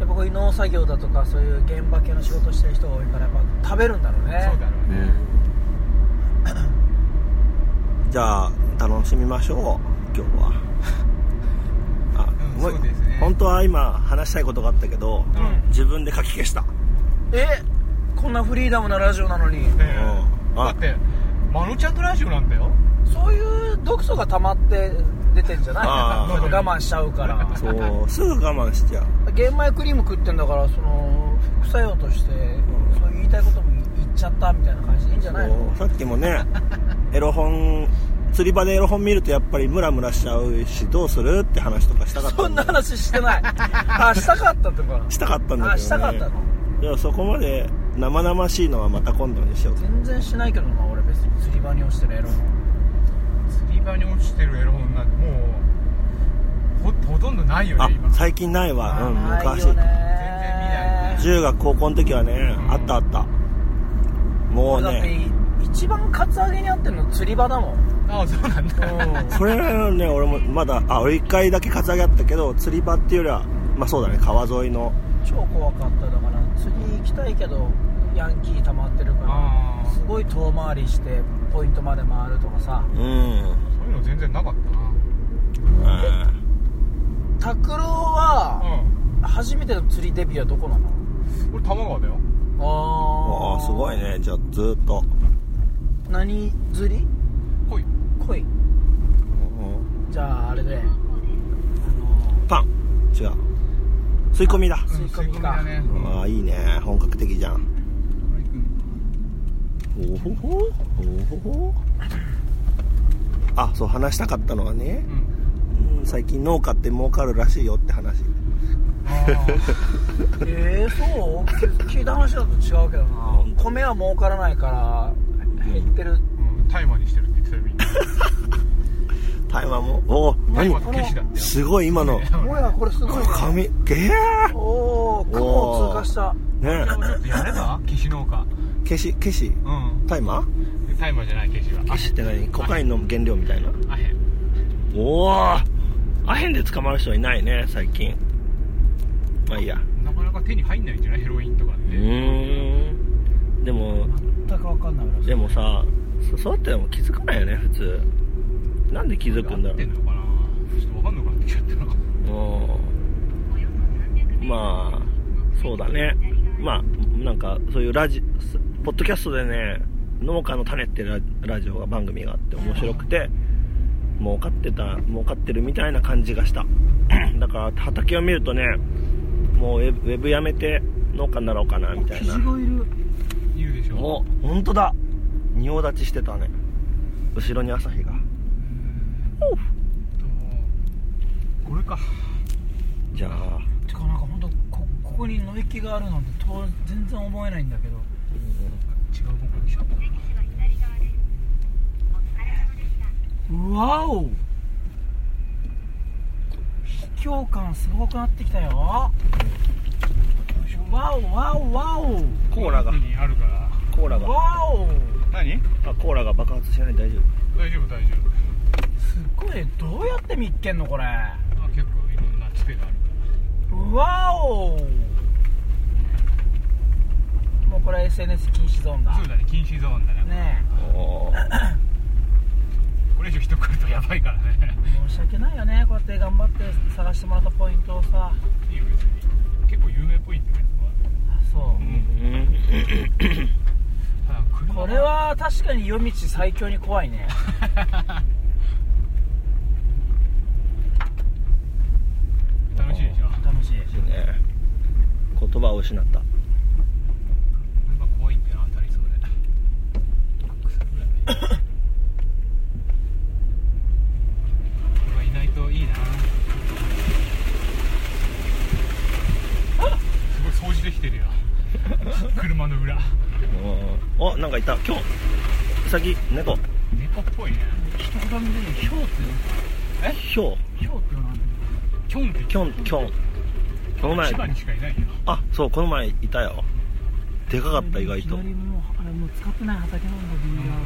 [SPEAKER 2] やっぱこういう農作業だとかそういう現場系の仕事してる人が多いからやっぱ食べるんだろうね
[SPEAKER 3] そうだろう
[SPEAKER 1] ー
[SPEAKER 3] ね
[SPEAKER 1] じゃあ楽しみましょう今日はあ
[SPEAKER 3] うんそうですね
[SPEAKER 1] 本当は今話したいことがあったけど、
[SPEAKER 3] うん
[SPEAKER 1] 自分で書き消した、
[SPEAKER 2] えこんなフリーダムなラジオなのに
[SPEAKER 3] え
[SPEAKER 1] うん
[SPEAKER 3] えだ
[SPEAKER 1] あ
[SPEAKER 3] ってマノちゃんとラジオなんだよ
[SPEAKER 2] そういう毒素が溜まって出てんじゃない
[SPEAKER 1] あー
[SPEAKER 2] なんか我慢しちゃうから
[SPEAKER 1] そうすぐ我慢しちゃう
[SPEAKER 2] 玄米クリーム食ってんだからその副作用として
[SPEAKER 1] ん
[SPEAKER 2] そう言いたいことも言っちゃったみたいな感じでいいんじゃないの
[SPEAKER 1] そうさっきもねエロ本釣り場でエロ本見るとやっぱりムラムラしちゃうしどうするって話とかしたかった
[SPEAKER 2] そんな話してない あしたかったとか
[SPEAKER 1] したかったんだけど、ね、
[SPEAKER 2] あしたかったの
[SPEAKER 1] でもそこまで生々しいのはまた今度にしよう
[SPEAKER 2] 全然しないけどな俺別に釣り場に落ちてるエロ本
[SPEAKER 3] 釣り場に落ちてるエロ本なんてもうほほとんどないよ
[SPEAKER 1] あ
[SPEAKER 3] ね今
[SPEAKER 1] 最近ないわうん
[SPEAKER 2] ないよ
[SPEAKER 1] 昔
[SPEAKER 2] ね
[SPEAKER 3] 全然見ない
[SPEAKER 1] 銃が高校の時はね、
[SPEAKER 3] ん
[SPEAKER 1] あったあったもう
[SPEAKER 2] だって
[SPEAKER 1] ね
[SPEAKER 2] い一番カツアゲに合ってるの釣り場だもん、
[SPEAKER 3] ああそうなんだ
[SPEAKER 1] それはね俺もまだあ俺一回だけカツアゲあったけど釣り場っていうよりはまあそうだね川沿いの
[SPEAKER 2] 超怖かっただから釣り行きたいけどヤンキー溜まってるか
[SPEAKER 3] あ
[SPEAKER 2] らすごい遠回りしてポイントまで回るとかさ
[SPEAKER 1] うん
[SPEAKER 3] あそういうの全然なかった
[SPEAKER 1] うん
[SPEAKER 2] 拓郎は
[SPEAKER 3] なうん
[SPEAKER 2] 初めての釣りデビューはどこなの
[SPEAKER 3] 俺玉川だよ
[SPEAKER 2] あ
[SPEAKER 1] わあすごいねじゃあずーっと、
[SPEAKER 2] 何釣り
[SPEAKER 3] 来い
[SPEAKER 2] 恋じゃああれであ
[SPEAKER 1] パ
[SPEAKER 2] の
[SPEAKER 1] ン違う吸い込みだ、
[SPEAKER 2] 吸い込みか
[SPEAKER 3] うん吸い込みだね
[SPEAKER 1] ああいいね本格的じゃんおほほおほほあそう話したかったのはね
[SPEAKER 3] う、ん
[SPEAKER 1] うん、最近農家って儲かるらしいよって話
[SPEAKER 3] あ ー
[SPEAKER 2] ええそう聞いた話だと違うけどな米は儲からないから減ってる
[SPEAKER 3] うん大麻にしてるって言ってたよみんな
[SPEAKER 1] タイマーもおお
[SPEAKER 3] 大
[SPEAKER 1] 何
[SPEAKER 3] 麻の消しだって
[SPEAKER 1] すごい今の
[SPEAKER 2] おやこれすごいな
[SPEAKER 1] 髪げー
[SPEAKER 2] おお雲を通過した
[SPEAKER 1] ね
[SPEAKER 3] でもちょっとやれば消し農家
[SPEAKER 1] え消し消し
[SPEAKER 3] うん
[SPEAKER 1] タイマー
[SPEAKER 3] 大麻じゃない消しは
[SPEAKER 1] 消しって何コカインの原料みたいな
[SPEAKER 3] あへん
[SPEAKER 1] おおアヘンで捕まる人はいないね最近まあいいや
[SPEAKER 3] なかなか手に入んないんじゃないヘロインとかっ
[SPEAKER 1] う
[SPEAKER 3] て
[SPEAKER 1] ーんでも
[SPEAKER 2] 全く分かんない
[SPEAKER 1] でもさそそうやっても気づかないよね普通なんで気づくんだろ
[SPEAKER 3] 合ってんのかなちょっとわかんなくなってきちゃったな
[SPEAKER 1] ううんまあそうだねまあなんかそういうラジすポッドキャストでね「農家の種」ってララジオが番組があって面白くて儲かってた儲かってるみたいな感じがした だから畑を見るとねもうウェブウェブやめて農家になろうかなみたいな
[SPEAKER 2] がいる
[SPEAKER 3] 言うでしょ
[SPEAKER 1] お本当だ仁王立ちしてたね後ろに朝日がおう
[SPEAKER 3] これか
[SPEAKER 1] じゃあ
[SPEAKER 2] てかなんか本当こここに野行きがあるなんてと全然思えないんだけど
[SPEAKER 3] 違う方向に来ちゃった
[SPEAKER 2] うわお秘境感すごくなってきたよわおわおわお
[SPEAKER 1] コーラが
[SPEAKER 3] 奥にあるから
[SPEAKER 1] コーラが
[SPEAKER 2] わお
[SPEAKER 3] 何
[SPEAKER 1] あコーラが爆発しない大丈
[SPEAKER 3] 大丈夫大丈
[SPEAKER 2] すっごいねどうやって見っけんのこれ
[SPEAKER 3] 夫あ結構いろんなつけがある
[SPEAKER 2] うわおもうこれ SNS 禁止ゾーンだ
[SPEAKER 3] そうだね禁止ゾーンだね
[SPEAKER 2] ね
[SPEAKER 1] おー
[SPEAKER 3] これ以上人来るとやばいからね
[SPEAKER 2] え申し訳ないよねこうやって頑張って探してもらったポイントをさ
[SPEAKER 3] いいよ別に結構有名っぽいんだけど
[SPEAKER 2] そううん
[SPEAKER 1] うん
[SPEAKER 3] ただ車
[SPEAKER 2] これは確かに夜道最強に怖いね
[SPEAKER 3] 楽しいでしょ
[SPEAKER 2] 楽しい
[SPEAKER 1] いいね言葉を失った
[SPEAKER 3] 車怖いんだよな当たりそうで車いないといいなすごい掃除できてるよ車の裏
[SPEAKER 1] うんおなんかいた今日ウサギ猫
[SPEAKER 3] 猫っぽいね
[SPEAKER 2] 人が見るひょうって
[SPEAKER 1] ヒョウ
[SPEAKER 2] ひょうってなんだ
[SPEAKER 3] キョンって
[SPEAKER 1] キョンキョンこの前
[SPEAKER 3] 千葉にしかいないよ
[SPEAKER 1] あそうこの前いたよでかかった意外と
[SPEAKER 2] 左もうあれもう使ってない畑なんだビニールハウ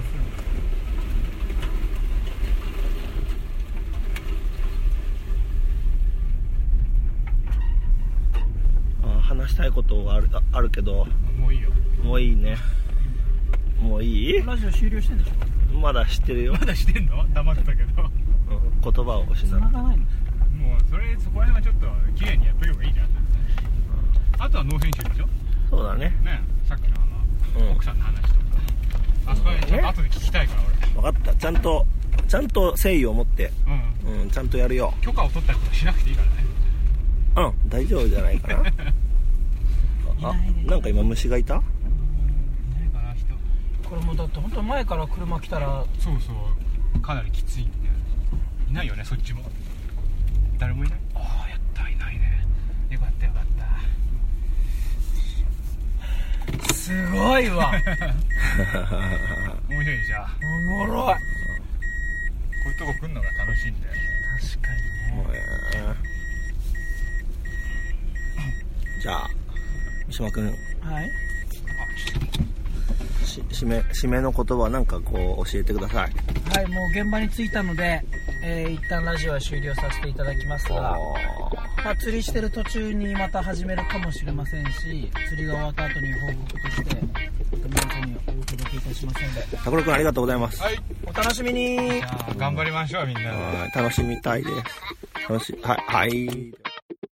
[SPEAKER 1] あ話したいことはあるああるけど
[SPEAKER 3] もういいよ
[SPEAKER 1] もういいねもういい
[SPEAKER 2] スラジオ終了してんでしょ
[SPEAKER 1] まだ知ってるよ、
[SPEAKER 3] まだしてんの黙ってたけどもう
[SPEAKER 1] うん言葉を失
[SPEAKER 2] 繋
[SPEAKER 1] っ
[SPEAKER 2] がないの
[SPEAKER 3] それそこら辺はちょっと綺麗にやっとけばいいじゃんあとはノー編集でしょ
[SPEAKER 1] そうだね
[SPEAKER 3] ねさっきのあの、
[SPEAKER 1] うん
[SPEAKER 3] 奥さんの話とかあそこはちょっと後で聞きたいから
[SPEAKER 1] 分かったちゃんとちゃんと誠意を持って、
[SPEAKER 3] 俺うん
[SPEAKER 1] うん、ちゃんとやるよ
[SPEAKER 3] 許可を取ったりとかしなくていいから
[SPEAKER 1] う
[SPEAKER 3] ね
[SPEAKER 1] ん大丈夫じゃ ないかなあ
[SPEAKER 2] いないね
[SPEAKER 1] なんか今虫がい た
[SPEAKER 3] いないかな人
[SPEAKER 2] これもうだって本当前から車来たら
[SPEAKER 3] そうそうかなりきついんだよねいないよねそっちも誰もいないああやったいないねよかったよかった
[SPEAKER 2] すごいわ
[SPEAKER 3] 面白いじゃあ
[SPEAKER 2] おもろい
[SPEAKER 3] こういうとこ来るのが楽しいんだよ
[SPEAKER 2] 確かにね
[SPEAKER 1] じゃあ三島君
[SPEAKER 2] はい
[SPEAKER 3] あちょっ
[SPEAKER 1] し締め締めの言葉なんかこう教えてください
[SPEAKER 2] はいもう現場に着いたので、えー一旦ラジオは終了させていただきますがまあ、釣りしてる途中にまた始めるかもしれませんし釣りが終わった後に報告として友達にお届けいたしますので
[SPEAKER 1] 拓郎君ありがとうございます
[SPEAKER 3] とはい
[SPEAKER 2] お楽しみに
[SPEAKER 3] じゃあ頑張りましょうみんなで
[SPEAKER 1] はい楽しみたいです楽しはいはい